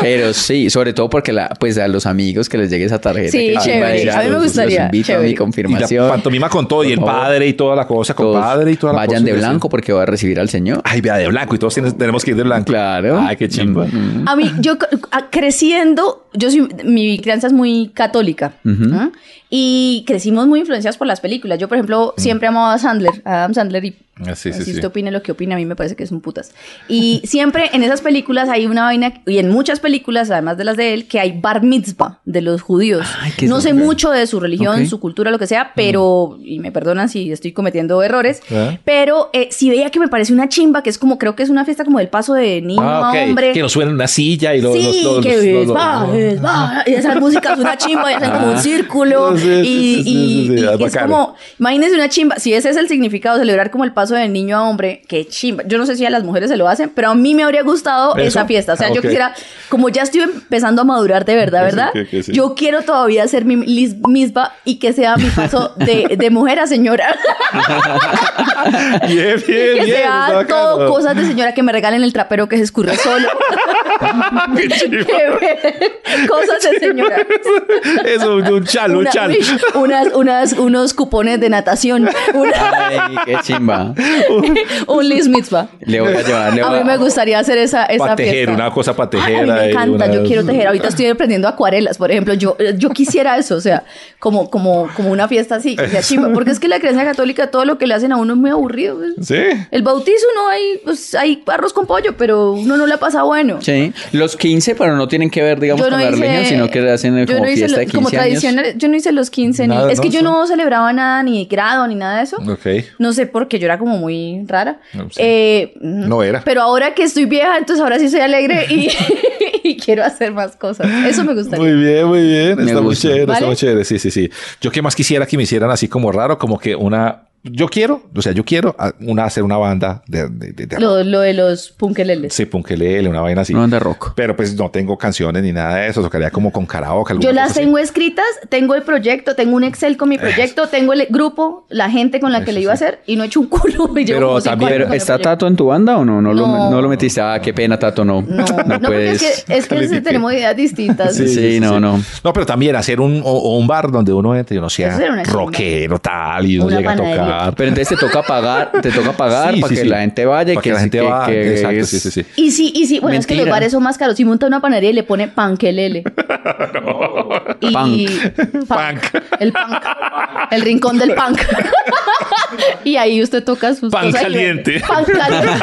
Speaker 1: Pero sí, sobre todo porque la, pues a los amigos que les llegue esa tarjeta.
Speaker 3: Sí,
Speaker 1: que les
Speaker 3: chévere.
Speaker 1: va decir,
Speaker 3: A mí me
Speaker 1: "Los-
Speaker 3: gustaría,
Speaker 1: Los invito a
Speaker 3: chévere.
Speaker 1: mi
Speaker 2: la
Speaker 1: animación.
Speaker 2: pantomima con todo y el
Speaker 1: Por favor.
Speaker 2: padre y toda la cosa, con
Speaker 1: Todos
Speaker 2: padre y toda la cosa.
Speaker 1: vayan de
Speaker 2: y así.
Speaker 1: blanco porque va a recibir al señor.
Speaker 2: Ay, vea, de blanco y todos tienes- tenemos que ir de blanco.
Speaker 1: Claro.
Speaker 2: Ay, qué chimba.
Speaker 1: Mm, mm.
Speaker 3: A mí, yo c- a- creciendo, yo soy, mi crianza es muy católica ¿ah? y crecimos muy influenciados por las películas. Yo, por ejemplo, siempre amaba a Sandler, a Adam Sandler y
Speaker 2: Ah, sí, sí,
Speaker 3: si
Speaker 2: sí.
Speaker 3: usted opine lo que opine, a mí me parece que es un putas. Y siempre en esas películas hay una vaina, y en muchas películas, además de las de él, que hay bar mitzvah de los judíos.
Speaker 1: Ay, qué
Speaker 3: no sé
Speaker 1: súper.
Speaker 3: mucho de su religión,
Speaker 1: Ok.
Speaker 3: su cultura, lo que sea, pero, y me perdonan si estoy cometiendo errores,
Speaker 2: Ah.
Speaker 3: pero eh, si veía que me parece una chimba, que es como, creo que es una fiesta como del paso de niño
Speaker 2: Ah,
Speaker 3: a
Speaker 2: ok.
Speaker 3: hombre
Speaker 2: Que nos suena una silla y los.
Speaker 3: sí,
Speaker 2: los- los-
Speaker 3: que
Speaker 2: los-
Speaker 3: ves,
Speaker 2: los- Ah.
Speaker 3: va, ves, va. Y esa música es una chimba, y hacen como un círculo.
Speaker 2: Sí, sí, sí,
Speaker 3: y
Speaker 2: sí, sí,
Speaker 3: y-
Speaker 2: sí,
Speaker 3: y
Speaker 2: es
Speaker 3: es
Speaker 2: bacano.
Speaker 3: como, imagínense una chimba. Si ese es el significado, celebrar como el paso de niño a hombre, qué chimba. Yo no sé si a las mujeres se lo hacen, pero a mí me habría gustado
Speaker 2: ¿Eso?
Speaker 3: esa fiesta. O sea,
Speaker 2: Ah,
Speaker 3: yo
Speaker 2: ok.
Speaker 3: quisiera, como ya estoy empezando a madurar de verdad,
Speaker 2: Sí,
Speaker 3: ¿verdad?
Speaker 2: que- que sí.
Speaker 3: Yo quiero todavía ser mi lis- misma y que sea mi paso de, de mujer a señora.
Speaker 2: *laughs* Bien,
Speaker 3: *laughs*
Speaker 2: bien,
Speaker 3: que
Speaker 2: bien. está
Speaker 3: sea
Speaker 2: bacano.
Speaker 3: todo cosas de señora que me regalen el trapero que se escurre solo.
Speaker 2: *laughs*
Speaker 3: *laughs*
Speaker 2: Qué chido.
Speaker 3: cosas
Speaker 2: *laughs*
Speaker 3: de señora.
Speaker 2: Eso, un chal, un
Speaker 3: Una-
Speaker 2: chal.
Speaker 3: uy, unas, unas, unos cupones de
Speaker 2: *laughs*
Speaker 3: natación. una-
Speaker 1: Ay, qué chimba.
Speaker 3: un Liz Mitzvah.
Speaker 1: Le voy a llevar, le
Speaker 3: A
Speaker 1: voy
Speaker 3: mí me gustaría hacer esa, esa
Speaker 2: Para tejer,
Speaker 3: fiesta.
Speaker 2: una cosa para
Speaker 3: Ay,
Speaker 2: tejer.
Speaker 3: a mí me
Speaker 2: ahí,
Speaker 3: encanta,
Speaker 2: una-
Speaker 3: yo quiero tejer. Ahorita estoy aprendiendo acuarelas, por ejemplo. Yo, yo quisiera eso, o sea, como, como, como una fiesta así, que sea chimba. Porque es que la creencia católica, todo lo que le hacen a uno es muy aburrido. pues.
Speaker 2: Sí.
Speaker 3: El bautizo no hay, pues, hay arroz con pollo, pero uno no la pasa bueno.
Speaker 1: Sí, los 15, pero no tienen que ver, digamos,
Speaker 3: Yo
Speaker 1: con
Speaker 3: no
Speaker 1: la
Speaker 3: hice-
Speaker 1: religión, sino que hacen
Speaker 3: yo
Speaker 1: como
Speaker 3: no hice
Speaker 1: fiesta
Speaker 3: lo-
Speaker 1: de 15
Speaker 3: como
Speaker 1: años.
Speaker 3: tradicional, yo no hice los 15 ni-
Speaker 2: Nada,
Speaker 3: es que
Speaker 2: no,
Speaker 3: yo
Speaker 2: sí.
Speaker 3: no celebraba nada, ni grado, ni nada de eso.
Speaker 2: Ok.
Speaker 3: No sé por qué yo era como muy rara.
Speaker 2: No, sí.
Speaker 3: Eh,
Speaker 2: No era.
Speaker 3: Pero ahora que estoy vieja, entonces ahora sí soy alegre
Speaker 2: *laughs*
Speaker 3: y, *laughs* y quiero hacer más cosas. Eso me gustaría.
Speaker 2: Muy bien, muy bien.
Speaker 1: Me
Speaker 2: Está muy
Speaker 1: gusta.
Speaker 2: chévere,
Speaker 3: ¿Vale?
Speaker 2: está muy chévere. Sí, sí, sí. Yo que más quisiera que me hicieran así como raro, como que una. Yo quiero, o sea, yo quiero a- una, hacer una banda de. de, de- de-
Speaker 3: Lo, lo de los punkeleles.
Speaker 2: Sí, punkelele, una vaina así.
Speaker 1: No anda rock.
Speaker 2: Pero pues no tengo canciones ni nada de eso. Tocaría como con karaoke. alguna
Speaker 3: Yo las
Speaker 2: cosa así. Eh,
Speaker 3: tengo escritas, tengo el proyecto, tengo un Excel con mi proyecto, tengo el grupo, la gente con la que
Speaker 2: Eso
Speaker 3: le iba a
Speaker 2: sí.
Speaker 3: hacer y no he hecho un culo. *laughs* Me llevo
Speaker 2: Pero
Speaker 3: como cinco
Speaker 2: también-
Speaker 3: años
Speaker 1: Pero,
Speaker 3: con el
Speaker 1: ¿está
Speaker 3: proyecto.
Speaker 1: Tato en tu banda o no? No,
Speaker 3: No.
Speaker 1: Lo, no lo metiste. Ah, qué pena, Tato, no.
Speaker 2: *laughs*
Speaker 3: No, no, porque
Speaker 1: puedes.
Speaker 3: es que, es que
Speaker 2: Califique.
Speaker 3: tenemos ideas distintas.
Speaker 1: Sí, no, no.
Speaker 2: No, pero también hacer un, o, o un bar donde uno entre y uno sea
Speaker 3: Eso era una chimba.
Speaker 2: rockero, tal, y uno
Speaker 3: Una
Speaker 2: llega
Speaker 3: panadería.
Speaker 2: a tocar.
Speaker 1: Pero entonces te toca pagar, te toca pagar
Speaker 2: Sí,
Speaker 1: para
Speaker 2: sí,
Speaker 1: que
Speaker 2: sí.
Speaker 1: la gente vaya y
Speaker 2: Para que,
Speaker 1: que
Speaker 2: la gente
Speaker 1: que-
Speaker 2: va.
Speaker 1: que-
Speaker 2: Exacto,
Speaker 1: es-
Speaker 2: sí, sí, sí.
Speaker 3: Y sí, y sí, bueno, es que los
Speaker 1: Mentira.
Speaker 3: bares son más caros. Si monta una panadería y le
Speaker 2: *laughs*
Speaker 3: pone panquelele. Y
Speaker 1: Punk.
Speaker 3: punk. El punk. El rincón del punk. *laughs* y ahí usted toca sus
Speaker 2: Pan
Speaker 3: cosas y-
Speaker 2: caliente.
Speaker 3: Pan caliente.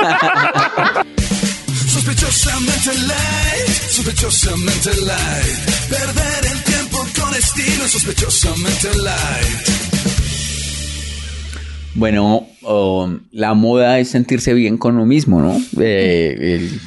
Speaker 5: Sospechosamente light, sospechosamente light. Perder el tiempo con estilo, sospechosamente light.
Speaker 1: Bueno, um, la moda es sentirse bien con uno mismo, ¿no? Eh, el-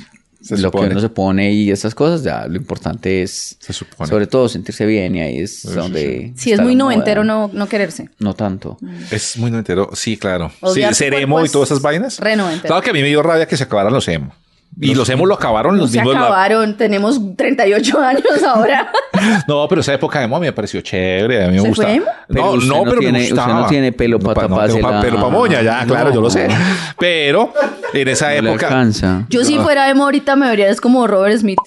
Speaker 2: Se
Speaker 1: lo que
Speaker 2: supone.
Speaker 1: uno se pone y esas cosas, ya lo importante es,
Speaker 2: Se supone.
Speaker 1: sobre todo, sentirse bien y ahí es
Speaker 2: sí,
Speaker 1: donde.
Speaker 3: Si es
Speaker 1: está
Speaker 3: muy
Speaker 1: la moda.
Speaker 3: noventero no, Mm. no quererse.
Speaker 1: No tanto.
Speaker 2: Es muy noventero, sí, claro. Sí,
Speaker 3: Odiar tu
Speaker 2: ser
Speaker 3: cuerpo
Speaker 2: emo y
Speaker 3: es
Speaker 2: todas esas vainas.
Speaker 3: re noventero.
Speaker 2: Claro que a mí me dio rabia que se acabaran los emo. Y los emo lo acabaron los
Speaker 3: Se
Speaker 2: mismos. la-
Speaker 3: acabaron. Tenemos 38 años
Speaker 2: *laughs*
Speaker 3: ahora.
Speaker 2: No, pero esa época emo a mí me pareció chévere. A mí me
Speaker 3: ¿Se fue
Speaker 2: gustaba.
Speaker 3: emo?
Speaker 1: Pero
Speaker 2: No,
Speaker 1: usted
Speaker 2: no,
Speaker 1: no
Speaker 2: pero
Speaker 1: tiene-
Speaker 2: me
Speaker 1: usted
Speaker 2: gustaba.
Speaker 1: no tiene pelo pa'
Speaker 2: no tengo
Speaker 1: tapársela.
Speaker 2: pelo para moña, ya, claro, yo lo sé.
Speaker 1: No.
Speaker 2: Pero en esa
Speaker 1: No le
Speaker 2: época.
Speaker 1: alcanza.
Speaker 3: Yo si fuera emo ahorita me verías como Robert Smith.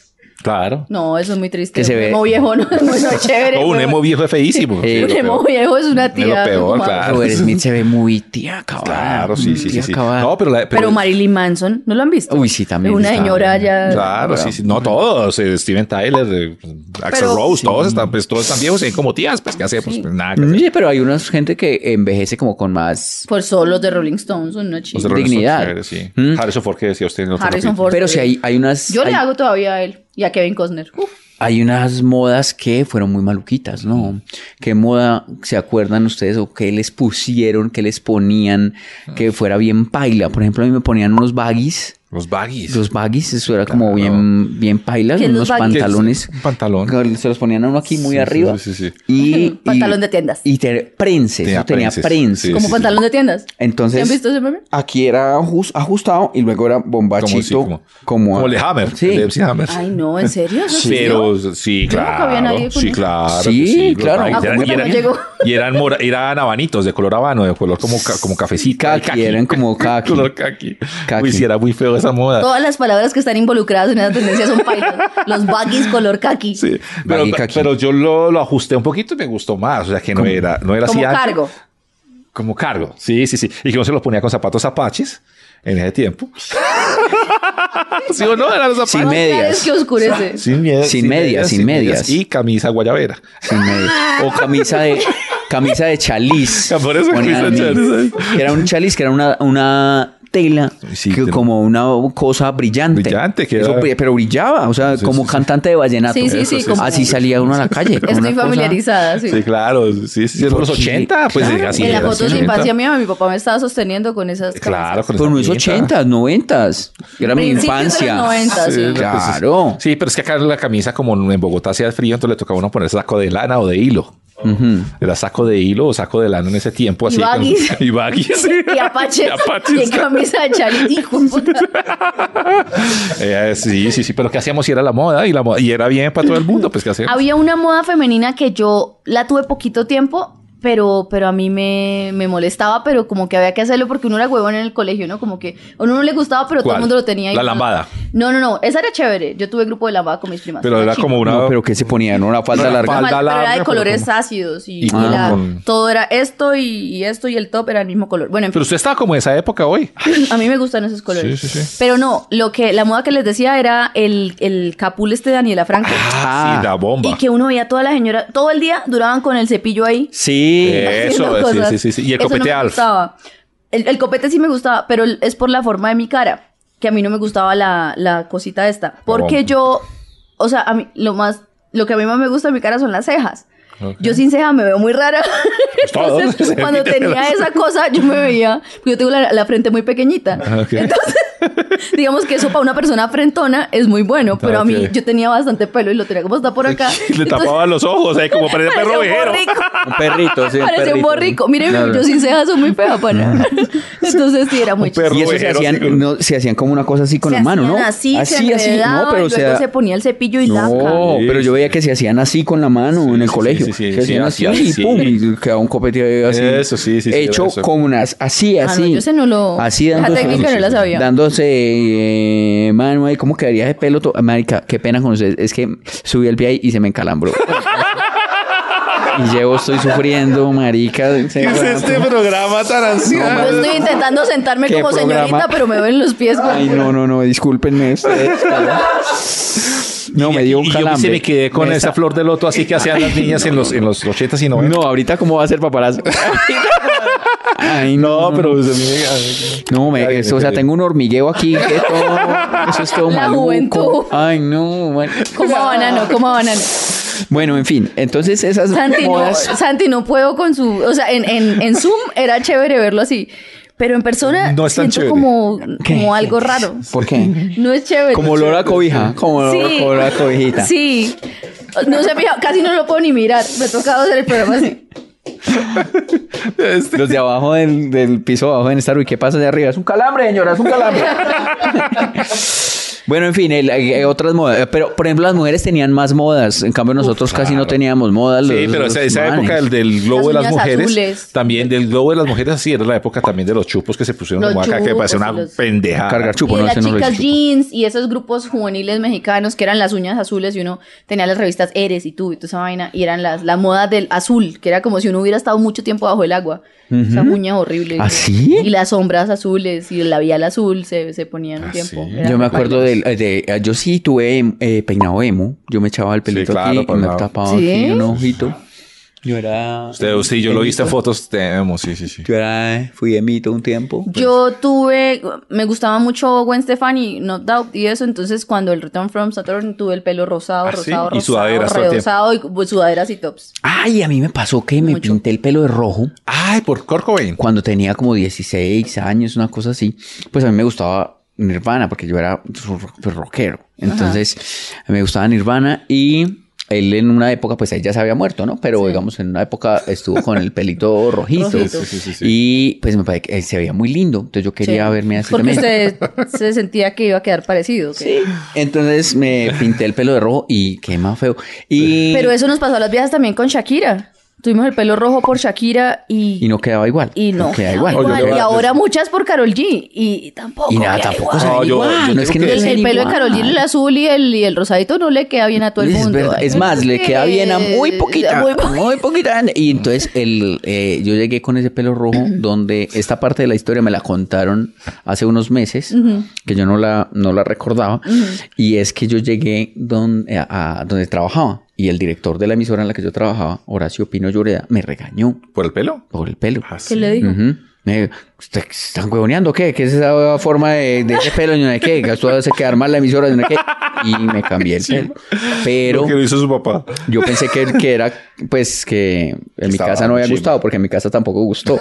Speaker 2: Claro.
Speaker 3: No, eso es muy triste.
Speaker 1: Que se ve-
Speaker 3: Emo viejo no *laughs* es muy no es chévere.
Speaker 2: No, un emo viejo es feísimo.
Speaker 1: Eh,
Speaker 2: Sí,
Speaker 3: Un
Speaker 2: lo
Speaker 3: emo
Speaker 2: peor.
Speaker 3: viejo es una tía.
Speaker 2: Es lo peor,
Speaker 3: mamá.
Speaker 2: claro.
Speaker 1: Robert Smith se ve muy tía
Speaker 2: *laughs*
Speaker 1: acabada.
Speaker 2: Claro, sí,
Speaker 1: muy
Speaker 2: sí, sí.
Speaker 1: tía
Speaker 2: sí.
Speaker 1: acabada.
Speaker 2: No, pero la.
Speaker 3: Pero Marilyn Manson, ¿no lo han visto?
Speaker 1: Uy, sí, también
Speaker 3: Es Una
Speaker 1: está.
Speaker 3: señora ya.
Speaker 2: Claro, sí, sí. No todos. eh, Steven Tyler, eh, Axel
Speaker 3: Pero-
Speaker 2: Rose, todos están, pues, todos están viejos y como tías, pues, ¿qué hacemos? Pues, nada que hacer.
Speaker 1: Sí, Mm, pero hay una gente que envejece como con más.
Speaker 3: Por solo los de Rolling Stones, son una
Speaker 2: Los de
Speaker 3: chica.
Speaker 2: Rolling
Speaker 1: dignidad.
Speaker 2: Stones, sí.
Speaker 1: ¿Mm?
Speaker 2: Harrison Ford que decía usted en otro
Speaker 3: Harrison
Speaker 2: capítulo.
Speaker 3: Ford.
Speaker 1: Pero sí hay, hay unas.
Speaker 3: Yo
Speaker 1: hay-
Speaker 3: le hago todavía a él y a Kevin Costner. Uf,
Speaker 1: Hay unas modas que fueron muy maluquitas, ¿no? ¿Qué moda se acuerdan ustedes o qué les pusieron, qué les ponían
Speaker 2: Ah.
Speaker 1: que fuera bien paila? Por ejemplo, a mí me ponían unos baggies.
Speaker 2: Los baggies.
Speaker 1: Los baggies, eso era como
Speaker 2: Claro.
Speaker 1: bien, bien pailas,
Speaker 3: ¿Qué es
Speaker 1: unos
Speaker 3: los baggies?
Speaker 1: pantalones.
Speaker 2: Un pantalón.
Speaker 1: que Se los ponían a uno aquí muy
Speaker 2: Sí, sí,
Speaker 1: arriba.
Speaker 2: sí, sí, sí.
Speaker 3: *laughs*
Speaker 1: Y, y-
Speaker 3: Pantalón de tiendas.
Speaker 1: Y te- prenses,
Speaker 2: Tenía
Speaker 1: yo tenía
Speaker 2: prenses,
Speaker 1: prenses.
Speaker 2: sí,
Speaker 3: como
Speaker 2: sí.
Speaker 3: pantalón de tiendas.
Speaker 1: Entonces-
Speaker 3: ¿Se han visto
Speaker 2: *laughs*
Speaker 3: ese meme?
Speaker 1: Aquí era ajus- ajustado y luego era bombachito.
Speaker 2: Como, sí, como,
Speaker 1: como,
Speaker 2: como el de Hammer.
Speaker 1: Sí.
Speaker 2: El de MC Hammer.
Speaker 3: Ay, no, ¿en serio? ¿Eso existió?
Speaker 2: Pero sí,
Speaker 3: Yo nunca vi a nadie
Speaker 2: claro.
Speaker 3: con
Speaker 2: Sí,
Speaker 3: eso.
Speaker 2: claro.
Speaker 1: pues, Sí,
Speaker 2: que los
Speaker 1: claro.
Speaker 2: baggies.
Speaker 1: Ah,
Speaker 2: Y eran-
Speaker 3: ¿cómo
Speaker 2: y eran-
Speaker 3: no llegó?
Speaker 2: Y eran, mora- eran habanitos de color habano, de color como, ca- como
Speaker 1: Sí,
Speaker 2: cafecito.
Speaker 1: caqui,
Speaker 2: caqui.
Speaker 1: eran como caqui.
Speaker 2: *laughs* Color caqui.
Speaker 1: Caqui.
Speaker 2: Uy, sí, era muy feo esa moda.
Speaker 3: Todas las palabras que están involucradas en esa tendencia son Python.
Speaker 2: *laughs*
Speaker 3: Los baggies color khaki.
Speaker 2: Sí, pero,
Speaker 1: Baggy khaki.
Speaker 2: pero yo lo, lo ajusté un poquito y me gustó más. O sea, que no era, no era
Speaker 3: Como
Speaker 2: así ancho,
Speaker 3: cargo.
Speaker 2: Como cargo. Sí, sí, sí. Y que no se los ponía con zapatos apaches en ese tiempo. ¿Sí o no? Eran los
Speaker 1: Sin
Speaker 2: apaches.
Speaker 1: medias.
Speaker 3: Es que oscurece.
Speaker 2: Sin, mie-
Speaker 1: Sin medias, sin medias.
Speaker 2: Y camisa guayabera.
Speaker 3: *laughs*
Speaker 1: Sin medias. O camisa de camisa de chaliz.
Speaker 2: Ah, Por eso
Speaker 1: Ponían
Speaker 2: camisa de
Speaker 1: mí. Que era un chaliz, que era una, una tela.
Speaker 2: Sí,
Speaker 1: que
Speaker 2: tela.
Speaker 1: como una cosa brillante.
Speaker 2: Brillante, que
Speaker 1: Eso
Speaker 2: era-
Speaker 1: bri- pero brillaba, o sea,
Speaker 2: Sí,
Speaker 1: como
Speaker 2: sí, sí.
Speaker 1: cantante de vallenato.
Speaker 3: Sí, sí, sí, Eso, sí, como-
Speaker 1: Así salía uno a la calle. con una
Speaker 3: Estoy
Speaker 1: cosa-
Speaker 3: familiarizada, Ah, sí.
Speaker 2: Sí, claro. Sí, sí,
Speaker 1: ¿Por
Speaker 2: los
Speaker 1: qué?
Speaker 2: 80, pues
Speaker 1: Claro.
Speaker 2: así
Speaker 3: en la
Speaker 2: era,
Speaker 3: foto
Speaker 2: sí,
Speaker 3: de su
Speaker 2: 80.
Speaker 3: infancia mía, mi papá me estaba sosteniendo con esas
Speaker 2: Claro,
Speaker 3: camisas.
Speaker 2: con
Speaker 1: Con los
Speaker 2: esa pinta.
Speaker 1: 80, 90. Era mi
Speaker 3: Principios de los
Speaker 1: infancia.
Speaker 3: 90, sí.
Speaker 2: Sí, pues,
Speaker 1: Claro.
Speaker 2: Sí, pero es que acá la camisa, como en Bogotá hacía frío, entonces le tocaba a uno poner saco de lana o de hilo. Era saco de hilo o saco de lana en ese tiempo. así,
Speaker 3: Y baggies.
Speaker 2: *laughs* Y
Speaker 3: *laughs*
Speaker 2: baggies.
Speaker 3: Y
Speaker 2: *laughs*
Speaker 3: apaches.
Speaker 2: Y apaches.
Speaker 3: Y camisa de chalet. Hijo de puta.
Speaker 2: *laughs* Eh, sí, sí, sí. Pero ¿qué hacíamos si era la moda? Y, la moda, y era bien para todo el mundo. Pues ¿qué hacíamos?
Speaker 3: Había una moda femenina que yo la tuve poquito tiempo, pero, pero a mí me, me molestaba, pero como que había que hacerlo porque uno era huevón en el colegio, ¿no? Como que a uno no le gustaba, pero todo
Speaker 2: ¿Cuál?
Speaker 3: el mundo lo tenía. y
Speaker 2: La
Speaker 3: no-
Speaker 2: lambada.
Speaker 3: No, no, no. Esa era chévere. Yo tuve grupo de lambada con mis primas.
Speaker 2: Pero era
Speaker 3: chiva.
Speaker 2: como una.
Speaker 1: No, pero que se ponían una falda
Speaker 2: Una
Speaker 1: larga.
Speaker 3: Normal,
Speaker 2: falda
Speaker 3: pero era
Speaker 2: larga,
Speaker 3: de
Speaker 2: pero
Speaker 3: colores
Speaker 2: como-
Speaker 3: ácidos y,
Speaker 2: Y
Speaker 3: y
Speaker 2: como
Speaker 3: la-
Speaker 2: con-
Speaker 3: todo era esto y, y esto y el top era el mismo color. Bueno, en fin,
Speaker 2: Pero usted estaba como en esa época hoy.
Speaker 3: a mí me gustan esos colores.
Speaker 2: Sí, sí, sí.
Speaker 3: Pero no, lo que la moda que les decía era el, el capul este de Daniela Franco.
Speaker 1: Ah,
Speaker 2: sí, la bomba.
Speaker 3: Y que uno veía a toda la señora, todo el día duraban con el cepillo ahí.
Speaker 1: Sí.
Speaker 2: Eso,
Speaker 3: haciendo
Speaker 2: sí,
Speaker 3: cosas.
Speaker 2: sí, sí, sí. Y el
Speaker 3: Eso no
Speaker 2: copete
Speaker 3: me
Speaker 2: Alf.
Speaker 3: gustaba. El, el copete sí me gustaba, pero el- es por la forma de mi cara, que a mí no me gustaba la, la cosita esta. Porque
Speaker 2: bomba.
Speaker 3: yo, o sea, a mí lo más, lo que a mí más me gusta de mi cara son las cejas.
Speaker 2: Ok. Pues
Speaker 3: Yo sin ceja me veo muy rara.
Speaker 2: todos.
Speaker 3: *laughs* Entonces, cuando tenía esa cosa, yo me veía, porque yo tengo la, la frente muy pequeñita.
Speaker 2: Ok. *laughs*
Speaker 3: Entonces, digamos que eso para una persona frentona es muy bueno, pero a mí
Speaker 2: Ok.
Speaker 3: yo tenía bastante pelo y lo tenía como hasta
Speaker 2: *laughs*
Speaker 3: por acá.
Speaker 2: Le
Speaker 3: Entonces,
Speaker 2: tapaban los ojos, ahí
Speaker 3: *laughs*
Speaker 2: como para el
Speaker 3: parecía
Speaker 2: perro
Speaker 3: un
Speaker 2: ovejero.
Speaker 3: borrico.
Speaker 1: Un perrito, sí. un
Speaker 3: Parecía un
Speaker 1: perrito.
Speaker 3: borrico. Miren,
Speaker 1: Claro.
Speaker 3: yo sin cejas soy muy fea, pana. *laughs* Entonces sí, era muy
Speaker 2: Un perro
Speaker 3: chistoso.
Speaker 1: Y eso se
Speaker 2: Roero, así
Speaker 1: hacían,
Speaker 2: como-
Speaker 1: no, se hacían como una cosa así con
Speaker 3: Se
Speaker 1: la mano,
Speaker 3: hacían
Speaker 1: ¿no?
Speaker 3: Así, se enredaban,
Speaker 1: no, pero o
Speaker 3: luego
Speaker 1: sea,
Speaker 3: se ponía el cepillo y la
Speaker 1: No,
Speaker 2: Sí,
Speaker 1: pero yo
Speaker 2: sí.
Speaker 1: veía que se hacían así con la mano en el
Speaker 2: sí,
Speaker 1: colegio.
Speaker 2: sí,
Speaker 1: se
Speaker 2: sí, sí,
Speaker 1: hacían
Speaker 2: así,
Speaker 1: así y
Speaker 2: así.
Speaker 1: pum, y quedaba un copete así.
Speaker 2: Eso, sí, sí, sí,
Speaker 1: Hecho
Speaker 2: eso.
Speaker 1: con unas, así,
Speaker 3: Ah, no,
Speaker 1: así.
Speaker 3: yo ese no lo-
Speaker 1: Así
Speaker 3: esa
Speaker 1: dándose.
Speaker 3: técnica no la sabía.
Speaker 1: Dándose, eh, mano, ahí, ¿cómo quedaría de pelo? to- Marica, qué pena con ustedes. Es que subí el pie y se me encalambró. *laughs* y llevo, estoy sufriendo, marica.
Speaker 2: ¿Qué es este programa tan anciano?
Speaker 3: Yo estoy intentando sentarme
Speaker 1: ¿Qué
Speaker 3: como
Speaker 1: programa?
Speaker 3: señorita, pero me ven los pies.
Speaker 1: Ay, no, no, no, discúlpenme
Speaker 2: *laughs*
Speaker 1: ustedes. No, me dio un
Speaker 2: Y yo
Speaker 1: calambre.
Speaker 2: se me quedé con
Speaker 1: Me
Speaker 2: esa
Speaker 1: sa-
Speaker 2: flor de loto así que hacían las niñas en los en los 80s y 90.
Speaker 1: No, ahorita cómo va a ser
Speaker 2: *laughs*
Speaker 1: paparazzo. Ay, no,
Speaker 2: No, pero
Speaker 1: No, me-
Speaker 2: Ay,
Speaker 1: eso, o sea,
Speaker 2: me-
Speaker 1: tengo un hormigueo aquí. que todo- eso es todo
Speaker 3: La
Speaker 1: maluco.
Speaker 3: juventud.
Speaker 1: Ay, no. Bueno.
Speaker 3: Como a banano, como a banano.
Speaker 1: Bueno, en fin. Entonces, esas
Speaker 3: Santi no,
Speaker 1: modas.
Speaker 3: Santi no puedo con su. O sea, en, en, en Zoom era chévere verlo así. Pero en persona
Speaker 2: No es tan
Speaker 3: siento
Speaker 2: chévere.
Speaker 3: como,
Speaker 1: ¿Qué?
Speaker 3: como algo raro.
Speaker 1: ¿Por qué?
Speaker 3: No es chévere.
Speaker 1: Como Lora Cobija. Como
Speaker 3: Sí.
Speaker 1: Lora Cobijita.
Speaker 3: Sí. No se fija, casi no lo puedo ni mirar. Me ha tocado hacer el programa así.
Speaker 1: Los de abajo del, del piso abajo en Star Wars, ¿qué pasa de arriba? Es un calambre, señora, es un calambre. bueno, en fin, el- eh, otras modas. Eh, Pero, por ejemplo, las mujeres tenían más modas. En cambio, nosotros casi no
Speaker 2: claro.
Speaker 1: teníamos modas.
Speaker 2: Sí,
Speaker 1: los-
Speaker 2: pero
Speaker 1: los
Speaker 2: esa, esa
Speaker 1: manes.
Speaker 2: época del, del globo de
Speaker 3: Las
Speaker 2: las
Speaker 3: uñas
Speaker 2: mujeres,
Speaker 3: azules.
Speaker 2: también del globo de las mujeres, así era la época también de los chupos que se pusieron de
Speaker 3: Los
Speaker 2: moda acá, que
Speaker 3: chupos
Speaker 2: parecía
Speaker 3: y
Speaker 2: una
Speaker 3: los-
Speaker 2: pendeja.
Speaker 1: Cargar chupo,
Speaker 3: y
Speaker 1: no,
Speaker 3: las
Speaker 1: ese no lo
Speaker 3: chicas
Speaker 1: hice, chupo.
Speaker 3: jeans y esos grupos juveniles mexicanos que eran las uñas azules y uno tenía las revistas Eres y tú y toda esa vaina y eran las la moda del azul que era como si uno hubiera estado mucho tiempo bajo el agua esa uña horrible
Speaker 1: ¿Ah, sí?
Speaker 3: y las sombras azules y el labial azul se, se ponían un tiempo
Speaker 2: sí.
Speaker 3: Era
Speaker 1: Ah, Yo me
Speaker 3: re
Speaker 1: acuerdo
Speaker 3: bailas.
Speaker 1: del, eh, de, eh, yo sí tuve eh, peinado emo. Yo me echaba el pelito
Speaker 2: claro,
Speaker 1: aquí y me
Speaker 2: peinado.
Speaker 1: tapaba
Speaker 3: ¿Sí?
Speaker 1: aquí un ojito. Yo era.
Speaker 2: Usted, usted y yo lo viste en fotos, tenemos, sí, sí, sí.
Speaker 1: Yo era, fui emito un tiempo. pues.
Speaker 3: Yo tuve, me gustaba mucho Gwen Stefani, No Doubt y eso, entonces cuando el Return from Saturn tuve el pelo rosado,
Speaker 2: Ah, sí,
Speaker 3: rosado,
Speaker 2: y
Speaker 3: rosado,
Speaker 2: sudaderas todo el
Speaker 3: rebozado, y pues, sudaderas y tops.
Speaker 1: Ay, a mí me pasó que me
Speaker 3: Mucho.
Speaker 1: pinté el pelo de rojo.
Speaker 2: Ay, por Corcovain.
Speaker 1: cuando tenía como 16 años, una cosa así, pues a mí me gustaba Nirvana porque yo era su- pues, rockero. Entonces me gustaba Nirvana y él en una época, pues él ya se había muerto, ¿no? Pero digamos, en una época estuvo con el pelito *laughs* rojito.
Speaker 3: Rojito.
Speaker 2: Sí, sí, sí, sí.
Speaker 1: Y pues me parece que él se veía muy lindo. Entonces yo quería
Speaker 3: Sí.
Speaker 1: verme así
Speaker 3: Porque
Speaker 1: también.
Speaker 3: usted se sentía que iba a quedar parecido. ¿ok?
Speaker 1: Entonces me pinté el pelo de rojo y qué más feo. Y
Speaker 3: Pero eso nos pasó a las viejas también con Shakira. Tuvimos el pelo rojo por Shakira y,
Speaker 1: Y no quedaba igual.
Speaker 3: y no.
Speaker 1: queda igual.
Speaker 2: Oye, yo
Speaker 3: y
Speaker 2: le-
Speaker 3: ahora muchas por Carol G. Y tampoco.
Speaker 1: Y nada,
Speaker 3: queda
Speaker 1: tampoco
Speaker 3: igual.
Speaker 1: se
Speaker 2: No,
Speaker 1: ven
Speaker 2: yo-
Speaker 1: igual.
Speaker 2: yo
Speaker 1: no es que
Speaker 2: creo
Speaker 1: no
Speaker 2: que
Speaker 1: se
Speaker 3: El,
Speaker 1: ven
Speaker 3: el pelo de
Speaker 1: igual.
Speaker 3: Carol G, el azul y el, y el rosadito no le queda bien a todo el
Speaker 1: Es
Speaker 3: mundo.
Speaker 1: verdad,
Speaker 3: Hay
Speaker 1: es más, le
Speaker 3: personas
Speaker 1: queda
Speaker 3: que-
Speaker 1: bien a
Speaker 3: *laughs*
Speaker 1: muy poquita,
Speaker 3: muy
Speaker 1: muy,
Speaker 3: po-
Speaker 1: poquita. Y entonces el, eh, yo llegué con ese pelo rojo, donde esta parte de la historia me la contaron hace unos meses, que yo no la, no la recordaba, y es que yo llegué don- eh, a, a donde trabajaba, y el director de la emisora en la que yo trabajaba, Horacio Pino Lloreda, me regañó
Speaker 2: ¿Por el pelo?
Speaker 1: por el pelo.
Speaker 2: Ah, sí.
Speaker 3: ¿Qué le dijo?
Speaker 1: Ujú. Me dijo, "¿Usted qué están huevoneando o qué? ¿Qué es esa forma de, de ese pelo? Y yo, "¿De qué? Esto hace quedar mal la emisora. Y yo, "¿De qué?". Y me cambié el pelo. Pero
Speaker 2: Porque lo hizo su papá.
Speaker 1: yo pensé que, que era, pues, que en mi
Speaker 2: Estaba
Speaker 1: casa no había
Speaker 2: chimba.
Speaker 1: gustado, porque en mi casa tampoco gustó.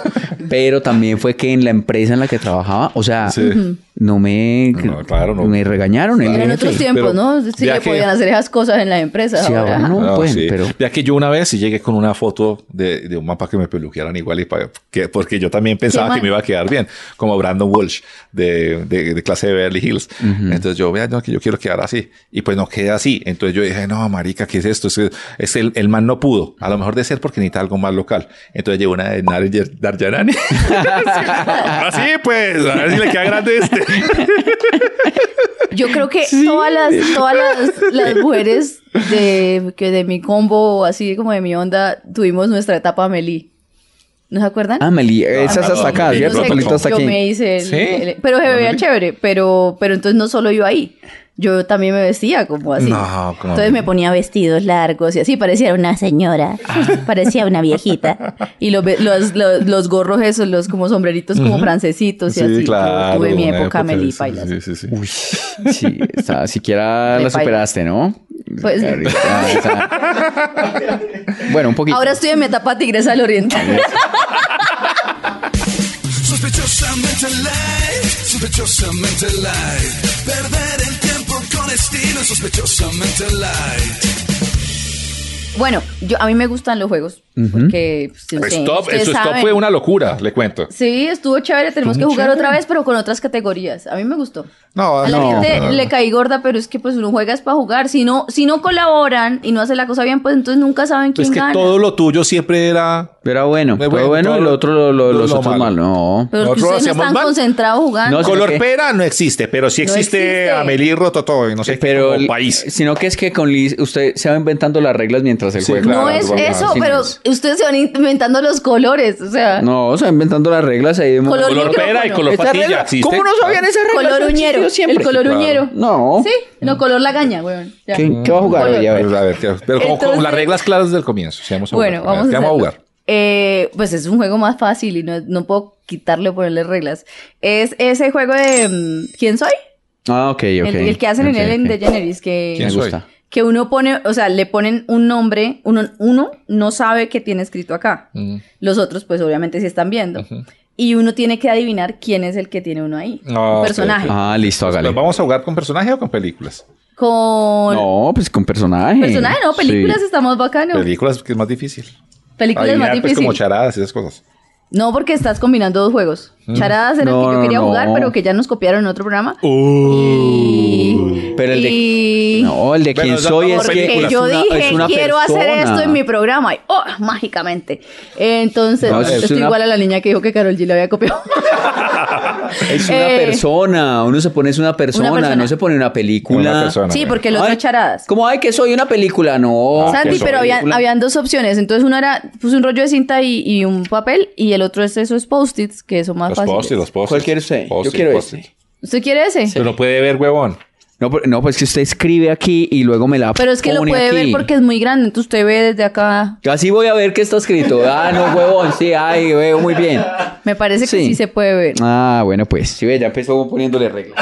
Speaker 1: Pero también fue que en la empresa en la que trabajaba, o sea,
Speaker 2: Sí. Ujú.
Speaker 1: no me,
Speaker 2: No, no, claro, no.
Speaker 1: me regañaron. el
Speaker 3: Eran
Speaker 1: jefe.
Speaker 3: otros tiempos,
Speaker 2: pero
Speaker 3: ¿no? Sí
Speaker 2: ya
Speaker 3: le
Speaker 2: que-
Speaker 3: podían hacer esas cosas en la empresa.
Speaker 1: Sí,
Speaker 3: ahora.
Speaker 1: ahora no.
Speaker 2: Ah,
Speaker 1: pueden,
Speaker 2: sí.
Speaker 1: pero-
Speaker 2: Ya que yo una vez sí llegué con una foto de, de un mapa que me peluquearan igual y pa- que, porque yo también pensaba
Speaker 3: mal.
Speaker 2: que me iba a quedar bien, como Brandon Walsh de, de- de clase de Beverly Hills. Entonces yo, vea, no, que yo quiero quedar así. Y pues no queda así. Entonces yo dije, no, marica, ¿qué es esto? Es, es el, el man no pudo. A lo mejor de ser porque necesita algo más local. Entonces llevo una de Naringer Darjanani. *laughs* así pues, a ver si le queda grande
Speaker 3: *laughs*
Speaker 2: este.
Speaker 3: Yo creo que todas las, todas las, las mujeres de, que de mi combo, así como de mi onda, tuvimos nuestra etapa Meli. ¿No se acuerdan?
Speaker 1: Amelie, esa es hasta acá,
Speaker 2: Amelie,
Speaker 1: ¿cierto?
Speaker 2: Ah, no sé,
Speaker 1: Pelito hasta
Speaker 3: yo
Speaker 1: aquí.
Speaker 3: me hice el-
Speaker 2: ¿Sí?
Speaker 3: el- pero se veía chévere, pero, pero entonces no solo yo ahí. Yo también me vestía como así.
Speaker 2: No, ¿cómo?
Speaker 3: Entonces me ponía vestidos largos y así, parecía una señora,
Speaker 2: Ah.
Speaker 3: parecía una viejita. Y los, ve- los, los, los gorros esos, los como sombreritos como francesitos y así. Yo tuve mi
Speaker 2: una
Speaker 3: época Meli
Speaker 2: sí,
Speaker 3: Pailas.
Speaker 2: Sí, sí, sí.
Speaker 1: Uy, sí, esa- siquiera
Speaker 3: Me
Speaker 1: la
Speaker 3: baila.
Speaker 1: superaste, ¿no?
Speaker 3: Pues-
Speaker 1: Ahorita, esa- Bueno, un poquito.
Speaker 3: Ahora estoy en mi etapa tigresa del oriente.
Speaker 5: Sospechosamente light, sospechosamente light. Perder el tiempo con estilo, sospechosamente light.
Speaker 3: bueno, yo, a mí me gustan los juegos. Porque, pues, sí, sí,
Speaker 2: Stop,
Speaker 3: ustedes
Speaker 2: eso stop
Speaker 3: saben.
Speaker 2: fue una locura, le cuento.
Speaker 3: Sí, estuvo chévere. Tenemos que jugar otra vez, pero con otras categorías. A mí me gustó.
Speaker 2: No,
Speaker 3: a la
Speaker 2: no.
Speaker 3: gente
Speaker 2: No.
Speaker 3: le caí gorda, pero es que pues uno juega es para jugar. Si no, si no colaboran y no hacen la cosa bien, pues entonces nunca saben quién
Speaker 2: Es que
Speaker 3: gana.
Speaker 2: todo lo tuyo siempre era.
Speaker 1: Pero bueno,
Speaker 2: Muy
Speaker 1: todo
Speaker 2: bueno,
Speaker 1: bueno,
Speaker 2: todo
Speaker 1: y
Speaker 2: lo-
Speaker 1: lo otro, lo, lo-
Speaker 2: lo-
Speaker 1: los
Speaker 2: lo
Speaker 1: otros
Speaker 2: malo.
Speaker 1: mal. No.
Speaker 3: Pero que
Speaker 2: Nosotros
Speaker 3: ustedes no
Speaker 2: hacíamos
Speaker 3: están
Speaker 2: mal.
Speaker 3: concentrados jugando.
Speaker 1: No,
Speaker 2: Color
Speaker 1: que-
Speaker 2: pera no existe, pero sí
Speaker 3: No
Speaker 2: existe,
Speaker 3: existe.
Speaker 2: Amelie Rototo, y no sé,
Speaker 1: pero
Speaker 2: pero
Speaker 1: el-
Speaker 2: país.
Speaker 1: sino que es que con Liz usted se va inventando las reglas mientras el
Speaker 2: Sí,
Speaker 1: juego.
Speaker 2: claro,
Speaker 3: no es
Speaker 2: no,
Speaker 3: eso,
Speaker 1: Sí, no
Speaker 3: pero
Speaker 1: es.
Speaker 3: ustedes se van inventando los colores. O sea,
Speaker 1: No, se va inventando las reglas ahí. de
Speaker 3: Color-
Speaker 1: momento.
Speaker 2: Color
Speaker 3: micrófono.
Speaker 2: pera y color
Speaker 1: Estas
Speaker 2: patilla
Speaker 1: reglas-
Speaker 2: existe. Ah,
Speaker 1: ¿Cómo no sabían esas reglas?
Speaker 3: color
Speaker 1: Han existido
Speaker 3: uñero.
Speaker 1: siempre.
Speaker 3: El color
Speaker 2: Sí, claro.
Speaker 3: uñero.
Speaker 1: No.
Speaker 3: Sí, no, color lagaña, weón. Ya.
Speaker 1: ¿Qué, qué va a jugar
Speaker 3: Color.
Speaker 1: hoy? A ver.
Speaker 2: Pero, pues, a ver, pero como, como
Speaker 3: Entonces-
Speaker 2: las reglas claras del comienzo. sí, vamos a
Speaker 3: Bueno,
Speaker 2: jugar.
Speaker 3: vamos
Speaker 2: ¿Qué
Speaker 3: a
Speaker 2: vamos a
Speaker 3: hacerlo.
Speaker 2: jugar.
Speaker 3: Eh, pues es un juego más fácil y no, no puedo quitarle o ponerle reglas. Es ese juego de mm, ¿Quién soy?
Speaker 1: Ah, ok, ok.
Speaker 3: El, el que hacen
Speaker 1: Ok,
Speaker 3: en el en
Speaker 1: ok.
Speaker 3: DeGeneres que
Speaker 1: Me
Speaker 2: ¿Quién soy?
Speaker 1: gusta.
Speaker 3: que uno pone, o sea, le ponen un nombre, uno, uno no sabe qué tiene escrito acá.
Speaker 2: Mm.
Speaker 3: Los otros, pues obviamente sí están viendo. Y uno tiene que adivinar quién es el que tiene uno ahí.
Speaker 2: Ah,
Speaker 3: un
Speaker 2: ok,
Speaker 3: personaje.
Speaker 1: Ah, listo, hágale.
Speaker 2: ¿Los Pues, vamos a jugar con personaje o con películas?
Speaker 3: Con
Speaker 1: No, pues con personaje.
Speaker 3: personaje, no, películas estamos bacanos.
Speaker 2: Películas pues, que es más difícil.
Speaker 3: películas
Speaker 2: Adivinar,
Speaker 3: más
Speaker 2: pues,
Speaker 3: difícil.
Speaker 2: como charadas y esas cosas.
Speaker 3: no, porque estás combinando dos juegos.
Speaker 2: Mm.
Speaker 3: Charadas era el
Speaker 1: No,
Speaker 3: que yo
Speaker 1: no,
Speaker 3: quería
Speaker 1: no.
Speaker 3: jugar, pero que ya nos copiaron en otro programa. Y-
Speaker 1: Pero el de-
Speaker 3: y-
Speaker 1: No, el de
Speaker 2: Bueno,
Speaker 1: quién
Speaker 2: ya
Speaker 1: soy es
Speaker 2: estamos
Speaker 1: que.
Speaker 3: Porque
Speaker 1: es
Speaker 2: películas.
Speaker 3: yo
Speaker 1: una- es
Speaker 3: dije,
Speaker 1: una
Speaker 3: quiero hacer
Speaker 1: persona.
Speaker 3: esto en mi programa. Y, oh, mágicamente. Entonces,
Speaker 1: No, es
Speaker 3: estoy
Speaker 1: una-
Speaker 3: igual a la niña que dijo que Carol G la
Speaker 1: *laughs*
Speaker 3: había copiado.
Speaker 1: Es una
Speaker 3: Eh,
Speaker 1: persona, uno se pone es una persona,
Speaker 3: persona.
Speaker 1: no se pone una película.
Speaker 2: Una persona.
Speaker 3: *laughs* Sí, porque los
Speaker 1: Ay,
Speaker 3: otro charadas.
Speaker 1: Como, ay, que soy una película, no.
Speaker 2: Ah,
Speaker 3: Santi,
Speaker 2: eso,
Speaker 3: pero habían,
Speaker 1: película.
Speaker 3: habían dos opciones. Entonces, uno era puse un rollo de cinta y, y un papel, y el otro es esos post-its, que son más
Speaker 2: Los post
Speaker 3: fáciles.
Speaker 2: los post
Speaker 1: ¿Cuál quiere usted? Yo quiero este.
Speaker 3: ¿Usted quiere ese?
Speaker 2: Pero no puede ver,
Speaker 3: *laughs*
Speaker 2: huevón.
Speaker 1: No, por- no, pues que usted escribe aquí y luego me la
Speaker 3: Pero es que lo
Speaker 1: pone
Speaker 3: puede ver
Speaker 1: aquí.
Speaker 3: porque es muy grande. Entonces, usted ve desde acá.
Speaker 1: Yo así voy a ver qué está escrito. Ah, no, huevón, sí, ay, veo muy bien.
Speaker 3: Me parece que
Speaker 1: Sí.
Speaker 3: sí se puede ver.
Speaker 1: Ah, bueno, pues. Sí, ve, ya empezó poniéndole reglas.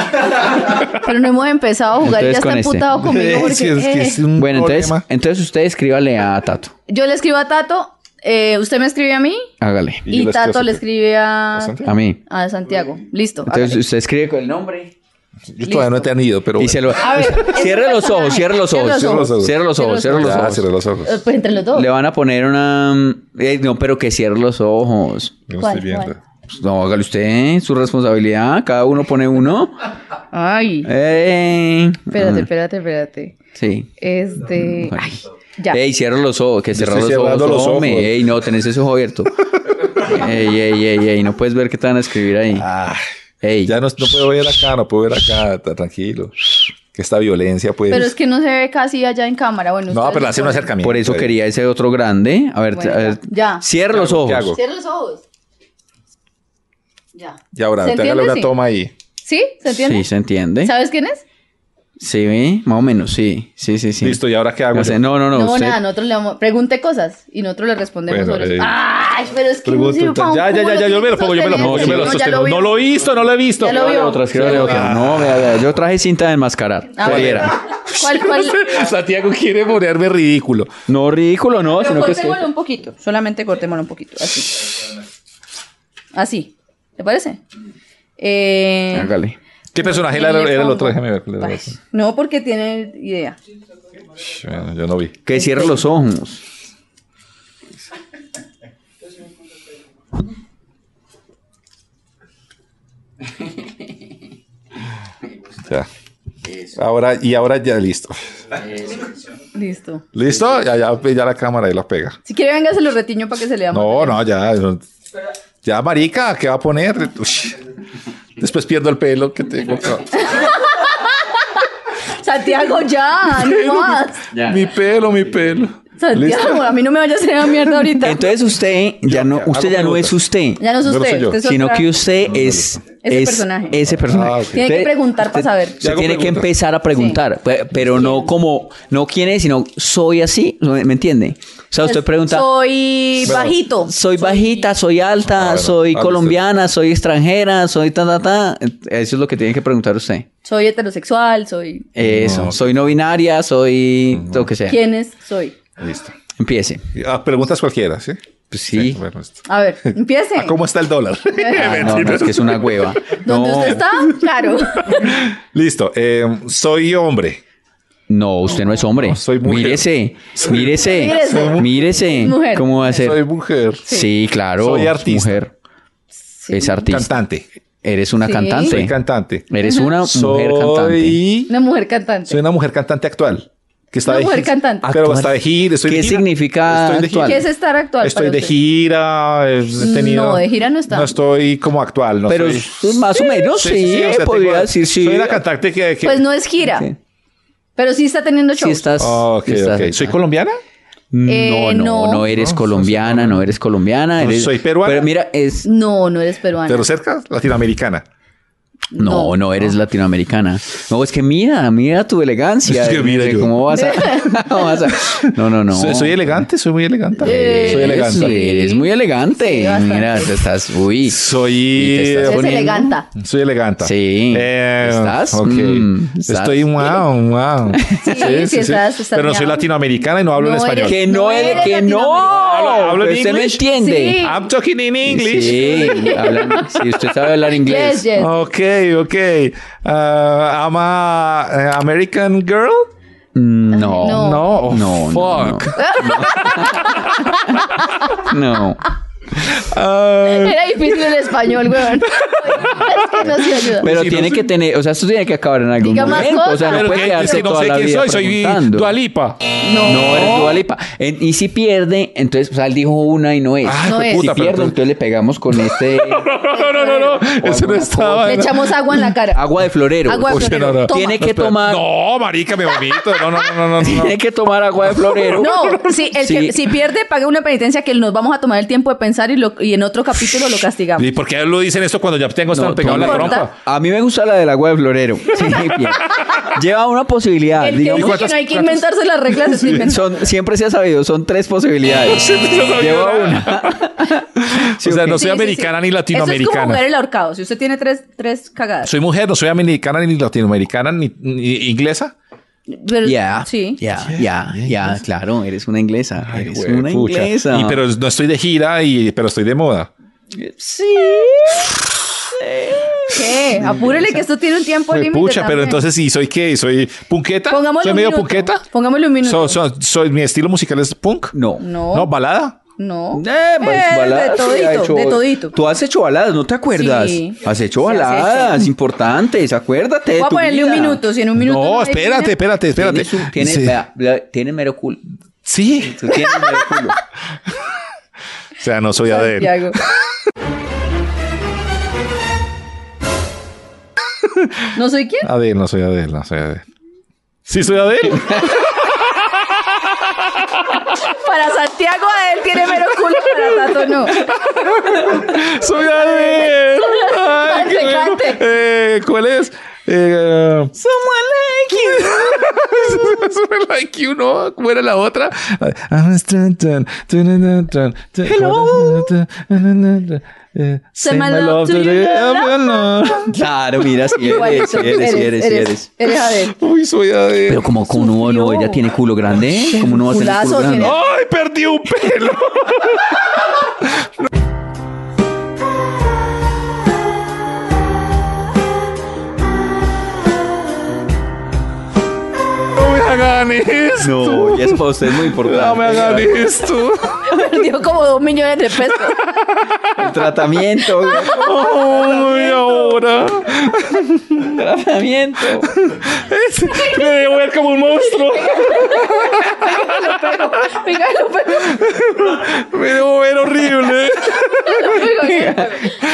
Speaker 3: Pero no hemos empezado a jugar y
Speaker 1: Ah.
Speaker 3: ya
Speaker 1: Entonces,
Speaker 3: está
Speaker 1: con este. *laughs*
Speaker 3: emputado conmigo. Porque,
Speaker 2: Sí, es que
Speaker 3: eh.
Speaker 2: es
Speaker 1: *laughs*
Speaker 2: un
Speaker 1: Bueno, entonces,
Speaker 2: problema.
Speaker 1: entonces usted escríbale a Tato.
Speaker 3: Yo le escribo a Tato, eh, usted me escribe a mí
Speaker 1: Hágale.
Speaker 2: Y yo
Speaker 3: y,
Speaker 2: le escribo
Speaker 3: Tato
Speaker 2: a Santiago.
Speaker 3: le escribe a,
Speaker 2: ¿A Santiago?
Speaker 1: A mí.
Speaker 3: a Santiago. Listo. Ah,
Speaker 1: Entonces
Speaker 3: hágale.
Speaker 1: usted escribe con el nombre.
Speaker 2: Yo todavía no te han ido, pero.
Speaker 1: Y se lo... *laughs*
Speaker 3: A ver, es
Speaker 1: Cierre
Speaker 3: un
Speaker 1: los ojos,
Speaker 3: personaje.
Speaker 1: cierre los
Speaker 3: Cierra
Speaker 1: ojos.
Speaker 3: los
Speaker 2: ojos.
Speaker 1: Cierre los ojos, cierra los
Speaker 2: Ya,
Speaker 1: ojos.
Speaker 2: cierra los ojos.
Speaker 3: Eh, Pues entre los dos.
Speaker 1: Le van a poner una. eh, no, pero que cierre los ojos.
Speaker 2: Yo no
Speaker 3: ¿Cuál,
Speaker 2: estoy viendo.
Speaker 3: cuál?
Speaker 1: Pues no, hágale usted, su responsabilidad. Cada uno pone
Speaker 3: *laughs*
Speaker 1: uno.
Speaker 3: Ay.
Speaker 1: Eh,
Speaker 3: Espérate,
Speaker 1: ah,
Speaker 2: mm.
Speaker 3: espérate, espérate.
Speaker 1: Sí.
Speaker 3: Este.
Speaker 1: Bueno.
Speaker 3: Ay. Ya.
Speaker 1: Ey, cierra los ojos, que cierra
Speaker 2: estoy
Speaker 1: los
Speaker 2: cerrando
Speaker 1: ojos.
Speaker 2: los
Speaker 1: hombre.
Speaker 2: ojos.
Speaker 1: Ey, no, tenés ese ojo
Speaker 2: *laughs*
Speaker 1: abierto. ey, ey, ey, ey, no puedes ver qué te van a escribir ahí.
Speaker 2: Ah,
Speaker 1: Ey,
Speaker 2: ya no, no puedo ver acá, no puedo ver acá, ta- tranquilo. Que esta violencia, pues.
Speaker 3: Pero es que no se ve casi allá en cámara. Bueno,
Speaker 2: no,
Speaker 3: ustedes
Speaker 2: pero
Speaker 3: lo
Speaker 2: hace un
Speaker 3: pueden-
Speaker 2: acercamiento. eh.
Speaker 1: por eso
Speaker 2: ahí.
Speaker 1: quería ese otro grande. A ver,
Speaker 3: Bueno,
Speaker 1: a ver.
Speaker 3: ya, ya.
Speaker 1: Cierra los
Speaker 2: ¿Qué hago?
Speaker 1: ojos.
Speaker 2: ¿Qué hago?
Speaker 3: Cierra los ojos. Ya.
Speaker 2: Ya, ahora,
Speaker 3: ¿Se
Speaker 2: te hágale
Speaker 3: entiende?
Speaker 2: una
Speaker 3: Sí.
Speaker 2: toma ahí.
Speaker 3: ¿Sí? ¿Se entiende?
Speaker 1: Sí, se entiende.
Speaker 3: ¿Sabes quién es?
Speaker 1: Sí, ¿eh? más o menos, sí. Sí, sí, sí.
Speaker 2: Listo, ¿y ahora qué hago?
Speaker 1: No, sé,
Speaker 2: yo?
Speaker 1: no, no, no.
Speaker 3: No,
Speaker 1: usted-
Speaker 3: nada, nosotros le vamos. Pregunte cosas y nosotros le respondemos.
Speaker 2: Bueno,
Speaker 3: sobre-
Speaker 2: eh.
Speaker 3: Ay, pero es que.
Speaker 2: Pregunto,
Speaker 3: no sirve
Speaker 2: entonces,
Speaker 3: pa'
Speaker 2: ya,
Speaker 3: un-
Speaker 2: ya,
Speaker 3: ¿cómo
Speaker 2: ya, ya, yo me lo
Speaker 3: tiene
Speaker 2: pongo, yo me lo
Speaker 3: sostenido?
Speaker 2: pongo, yo
Speaker 3: Sí,
Speaker 2: me lo
Speaker 3: no, ya
Speaker 2: sostengo.
Speaker 3: vi.
Speaker 2: No lo he visto, no lo he visto.
Speaker 3: Ya lo
Speaker 1: Escríbale
Speaker 3: vio.
Speaker 1: otra, escríbale
Speaker 3: Sí, lo
Speaker 1: otra.
Speaker 3: vio.
Speaker 1: No, vea, vea, yo traje cinta de enmascarar.
Speaker 3: Ah,
Speaker 1: Se
Speaker 3: bueno.
Speaker 1: viera.
Speaker 3: ¿Cuál,
Speaker 2: *laughs*
Speaker 3: cuál?
Speaker 2: Santiago quiere ponerme ridículo.
Speaker 1: No, ridículo, Oh, no,
Speaker 3: Pero
Speaker 1: sino que es que...
Speaker 3: cortémoslo un poquito. Solamente cortémoslo un poquito. Así. Así. ¿Te parece? Eh,
Speaker 1: Hágale.
Speaker 2: ¿Qué personaje era,
Speaker 3: le
Speaker 2: era el
Speaker 3: pongo-
Speaker 2: otro? Déjame ver. cuál era el
Speaker 3: Ay,
Speaker 2: otro.
Speaker 3: No, porque tiene idea.
Speaker 2: Sh, Bueno, yo no vi.
Speaker 1: Que cierre los ojos.
Speaker 2: Ya. Ahora, y ahora ya listo.
Speaker 3: Listo.
Speaker 2: ¿Listo? Ya, ya, ya la cámara ahí lo pega.
Speaker 3: Si quiere, venga, se lo retiño para que se lea.
Speaker 2: No, no, ya. no. Ya, marica, ¿qué va a poner? Ush. Después pierdo el pelo que tengo. acá.
Speaker 3: Santiago,
Speaker 1: *laughs*
Speaker 3: ya, no más.
Speaker 2: Mi pelo, mi pelo.
Speaker 3: Santiago, a mí no me vaya a hacer la mierda ahorita.
Speaker 1: Entonces usted ya no,
Speaker 2: hago
Speaker 1: usted ya no
Speaker 2: preguntas.
Speaker 1: es usted,
Speaker 3: ya no es
Speaker 2: no lo
Speaker 3: usted.
Speaker 2: soy yo,
Speaker 3: usted es
Speaker 1: sino
Speaker 3: otra-
Speaker 1: que usted es
Speaker 3: Ese
Speaker 1: es-
Speaker 3: personaje.
Speaker 1: Ese personaje.
Speaker 2: Ah, ok.
Speaker 3: Tiene que
Speaker 1: Usted-
Speaker 3: preguntar para saber.
Speaker 1: usted
Speaker 2: hago
Speaker 1: tiene que
Speaker 2: preguntas.
Speaker 1: empezar a preguntar, pe- pero no como, no quién es, sino soy así, ¿me me entiende? O sea, usted pregunta,
Speaker 3: Pues, Soy bajito.
Speaker 1: soy bajita, soy alta,
Speaker 2: bueno,
Speaker 1: soy
Speaker 2: ah,
Speaker 1: colombiana, soy extranjera, soy ta, ta, ta. Eso es lo que tiene que preguntar usted.
Speaker 3: Soy heterosexual, soy.
Speaker 1: Eso, soy no binaria, soy lo que sea.
Speaker 3: ¿Quién es? Soy.
Speaker 2: Listo.
Speaker 1: Empiece.
Speaker 2: Ah, preguntas cualquiera, ¿sí?
Speaker 1: Pues sí.
Speaker 2: bueno, listo.
Speaker 1: *laughs*
Speaker 3: A ver, empiece.
Speaker 2: ¿A ¿Cómo está el dólar? *laughs*
Speaker 1: Ah, no, no, es que es una hueva.
Speaker 3: *laughs* ¿Dónde
Speaker 1: No,
Speaker 3: usted está?
Speaker 1: *laughs*
Speaker 3: Claro.
Speaker 2: Listo. eh, soy hombre.
Speaker 1: no, usted no es hombre.
Speaker 2: soy mujer.
Speaker 1: Mírese, mírese,
Speaker 3: *laughs* Mírese.
Speaker 1: mírese.
Speaker 3: Mujer.
Speaker 1: ¿Cómo va a ser?
Speaker 2: Soy mujer.
Speaker 1: Sí, claro.
Speaker 2: Soy artista.
Speaker 1: Mujer. Es artista.
Speaker 2: Cantante.
Speaker 1: Eres una
Speaker 3: Sí.
Speaker 1: cantante.
Speaker 2: Soy cantante.
Speaker 1: Eres una mujer cantante.
Speaker 2: Soy...
Speaker 3: Una mujer cantante.
Speaker 2: Soy una mujer cantante actual. Que está
Speaker 3: Una
Speaker 2: de
Speaker 3: mujer
Speaker 2: gira.
Speaker 3: cantante.
Speaker 2: Pero
Speaker 1: Actual.
Speaker 2: está de gira. Estoy de
Speaker 1: ¿Qué
Speaker 2: gira.
Speaker 1: significa
Speaker 2: Estoy de
Speaker 1: actual?
Speaker 2: gira.
Speaker 3: ¿Qué es estar actual?
Speaker 2: Estoy
Speaker 3: para
Speaker 2: de
Speaker 3: usted?
Speaker 2: gira. he tenido-
Speaker 3: No, de gira no está.
Speaker 2: No estoy como actual. No
Speaker 1: Pero
Speaker 2: soy-
Speaker 1: más o menos, sí,
Speaker 2: o sea,
Speaker 1: podría
Speaker 2: tengo-
Speaker 1: decir sí.
Speaker 2: Soy la cantante que. que-
Speaker 3: Pues no es gira,
Speaker 1: Sí.
Speaker 3: pero sí está teniendo
Speaker 1: Sí
Speaker 3: shows.
Speaker 1: estás,
Speaker 2: Ah, ok,
Speaker 1: sí estás-
Speaker 2: ok. ¿Soy colombiana?
Speaker 1: No,
Speaker 3: Eh,
Speaker 1: no,
Speaker 3: no.
Speaker 1: no eres colombiana, no eres colombiana.
Speaker 2: No
Speaker 1: eres-
Speaker 2: soy peruana.
Speaker 1: Pero mira, es.
Speaker 3: No, no eres peruana.
Speaker 2: Pero cerca, latinoamericana.
Speaker 1: No, no,
Speaker 3: No.
Speaker 1: eres latinoamericana. No, es que mira, mira tu elegancia. eh,
Speaker 2: Es que mira yo.
Speaker 1: ¿Cómo vas a.? *laughs* cómo vas a- No, no, no.
Speaker 2: Soy, soy elegante, soy muy elegante.
Speaker 1: Eres-
Speaker 2: soy elegante.
Speaker 1: Eh, Eres muy elegante.
Speaker 3: Sí, bastante.
Speaker 1: mira, te estás. Uy. Y
Speaker 2: Soy.
Speaker 1: te estás
Speaker 3: Eres
Speaker 1: poniendo-
Speaker 3: eleganta.
Speaker 2: Soy elegante.
Speaker 1: Sí.
Speaker 2: Eh,
Speaker 1: ¿Estás?
Speaker 2: ok.
Speaker 1: Mm, estás.
Speaker 2: Estoy wow,
Speaker 1: *laughs*
Speaker 2: wow.
Speaker 3: Sí, sí, estás- estás
Speaker 2: Pero no soy
Speaker 3: bien.
Speaker 2: latinoamericana y no hablo en
Speaker 3: No
Speaker 2: español.
Speaker 3: eres-
Speaker 1: Que no,
Speaker 3: No
Speaker 1: eres.
Speaker 3: eres
Speaker 1: Que no.
Speaker 3: latinoamericana.
Speaker 2: Hablo- hablo en
Speaker 1: Usted me
Speaker 2: inglés.
Speaker 1: entiende.
Speaker 3: Sí.
Speaker 2: I'm talking in English.
Speaker 1: Sí, hablan- sí, usted sabe hablar inglés.
Speaker 3: Yes, yes.
Speaker 2: Ok, ok. Uh, I'm a eh, American girl.
Speaker 1: No,
Speaker 3: No.
Speaker 2: No, Oh,
Speaker 1: No, Eh, no,
Speaker 2: fuck.
Speaker 1: *laughs* no.
Speaker 2: Uh,
Speaker 3: Era difícil el español, weón. es que no se ayuda.
Speaker 1: Pero
Speaker 2: Sí, no
Speaker 1: tiene
Speaker 2: sé.
Speaker 1: que tener, o sea, esto tiene que acabar en algún
Speaker 3: Diga más
Speaker 1: momento. O sea,
Speaker 3: cosas.
Speaker 1: no
Speaker 2: pero
Speaker 1: puede
Speaker 2: que, es
Speaker 1: quedarse
Speaker 2: que no
Speaker 1: toda
Speaker 2: sé
Speaker 1: la
Speaker 2: quién
Speaker 1: vida
Speaker 2: soy, soy
Speaker 1: preguntando.
Speaker 2: Dualipa.
Speaker 1: No, eres Dualipa. Y si pierde, entonces, o sea, él dijo una y no es.
Speaker 2: Ah,
Speaker 3: No es.
Speaker 1: si
Speaker 2: puta, pero
Speaker 1: pierde,
Speaker 2: tú-
Speaker 1: entonces le pegamos con este
Speaker 2: No, no, no, no. Eso no
Speaker 1: alguna
Speaker 2: estaba.
Speaker 3: Le echamos agua en la cara.
Speaker 1: agua de florero.
Speaker 3: Agua de
Speaker 1: Uy,
Speaker 3: florero.
Speaker 2: no, no.
Speaker 3: Toma.
Speaker 1: Tiene que tomar,
Speaker 2: No, marica, me vomito. No, no, no, no, no. no.
Speaker 1: *laughs* tiene que tomar agua de florero. *laughs*
Speaker 3: No, si, el
Speaker 1: Sí.
Speaker 3: que- si pierde, pague una penitencia que nos vamos a tomar el tiempo de pensar y, lo- y en otro capítulo lo castigamos.
Speaker 2: ¿Y por qué lo dicen esto cuando ya tengo
Speaker 1: No,
Speaker 2: tan pegado en la
Speaker 1: toma.
Speaker 2: trompa?
Speaker 1: A mí me gusta la del agua de
Speaker 3: *laughs*
Speaker 1: florero. Sí, bien. Lleva una posibilidad.
Speaker 3: El que
Speaker 1: digamos.
Speaker 3: dice que no hay que inventarse las reglas es inventar.
Speaker 1: Son, siempre se ha sabido, son tres
Speaker 2: *laughs*
Speaker 1: posibilidades. Lleva una. Sí,
Speaker 2: o sea,
Speaker 1: ok.
Speaker 2: no soy
Speaker 3: Sí, sí, sí.
Speaker 2: americana ni
Speaker 3: Eso es como
Speaker 2: latinoamericana.
Speaker 3: jugar el ahorcado. Si usted tiene tres, tres cagadas.
Speaker 2: soy mujer, no soy americana ni latinoamericana ni, ni inglesa.
Speaker 3: Pero-
Speaker 1: Ya,
Speaker 3: Sí.
Speaker 1: ya, ya, ya, claro, eres una inglesa, eres
Speaker 2: Güey,
Speaker 1: una
Speaker 2: pucha.
Speaker 1: inglesa.
Speaker 2: Y pero no estoy de gira, y, pero estoy de moda.
Speaker 1: Sí.
Speaker 3: ¿Qué? Apúrele que esto tiene un tiempo
Speaker 2: Güey,
Speaker 3: límite.
Speaker 2: pucha, pero
Speaker 3: también.
Speaker 2: entonces, ¿y soy qué? ¿Soy punqueta?
Speaker 3: Pongámosle
Speaker 2: ¿Soy
Speaker 3: un
Speaker 2: medio
Speaker 3: minuto.
Speaker 2: punqueta?
Speaker 3: Pongámosle un
Speaker 2: So-
Speaker 3: minuto.
Speaker 2: so- soy, ¿Mi estilo musical es punk?
Speaker 1: No.
Speaker 3: No.
Speaker 2: ¿No? ¿Balada?
Speaker 3: No.
Speaker 1: Eh, pues,
Speaker 3: Eh,
Speaker 1: baladas
Speaker 3: de
Speaker 1: sí ha
Speaker 3: todito,
Speaker 1: hecho-
Speaker 3: de todito.
Speaker 1: Tú has hecho baladas, ¿no te acuerdas?
Speaker 3: Sí.
Speaker 1: Has hecho
Speaker 3: Sí, has hecho.
Speaker 1: baladas importantes, acuérdate. de
Speaker 3: Voy a
Speaker 1: tu
Speaker 3: ponerle un
Speaker 1: vida.
Speaker 3: minuto. Si en un minuto.
Speaker 2: No,
Speaker 3: hay
Speaker 2: espérate,
Speaker 3: cine-
Speaker 2: espérate, espérate.
Speaker 1: Tiene, su- tiene-
Speaker 2: Sí.
Speaker 1: vea, vea, tiene mero cul-
Speaker 2: Sí.
Speaker 1: Tú tienes medio culo.
Speaker 2: O sea, no soy Adele.
Speaker 3: Santiago. No soy quién.
Speaker 1: Ah.
Speaker 2: Adel, no soy Adel, no soy Adel. Sí, soy Adel.
Speaker 3: Para Santiago Adel tiene mero culo, para Tato no.
Speaker 2: soy Adel. Ay, qué bueno.
Speaker 3: Cante.
Speaker 2: Eh, ¿Cuál es? Eh, Someone *laughs* like you. Someone like you, ¿no? ¿Cómo era la otra? ah, I'm a strong, strong, strong, strong, strong. Eh, send my love to the Avalon.
Speaker 1: *laughs* Claro, mira, si eres, si
Speaker 3: Igualito.
Speaker 1: eres, si eres, si eres.
Speaker 3: Eres Adel.
Speaker 2: Uy, soy Adel.
Speaker 1: Pero como con uno no, ella tiene culo grande, como no va a tener
Speaker 3: Culazo
Speaker 1: culo
Speaker 3: tiene.
Speaker 1: grande.
Speaker 2: ¡Ay, perdí un pelo! No me hagan esto.
Speaker 3: *laughs*
Speaker 1: No, ya es para usted muy
Speaker 2: No me hagan
Speaker 1: importante.
Speaker 2: esto.
Speaker 3: Perdió como dos millones de pesos.
Speaker 1: El tratamiento, güey,
Speaker 2: Ay, ahora.
Speaker 1: el tratamiento.
Speaker 2: Es- Me debo ver como un monstruo.
Speaker 3: Venga, lo pego,
Speaker 2: Me debo ver horrible.
Speaker 3: lo pego.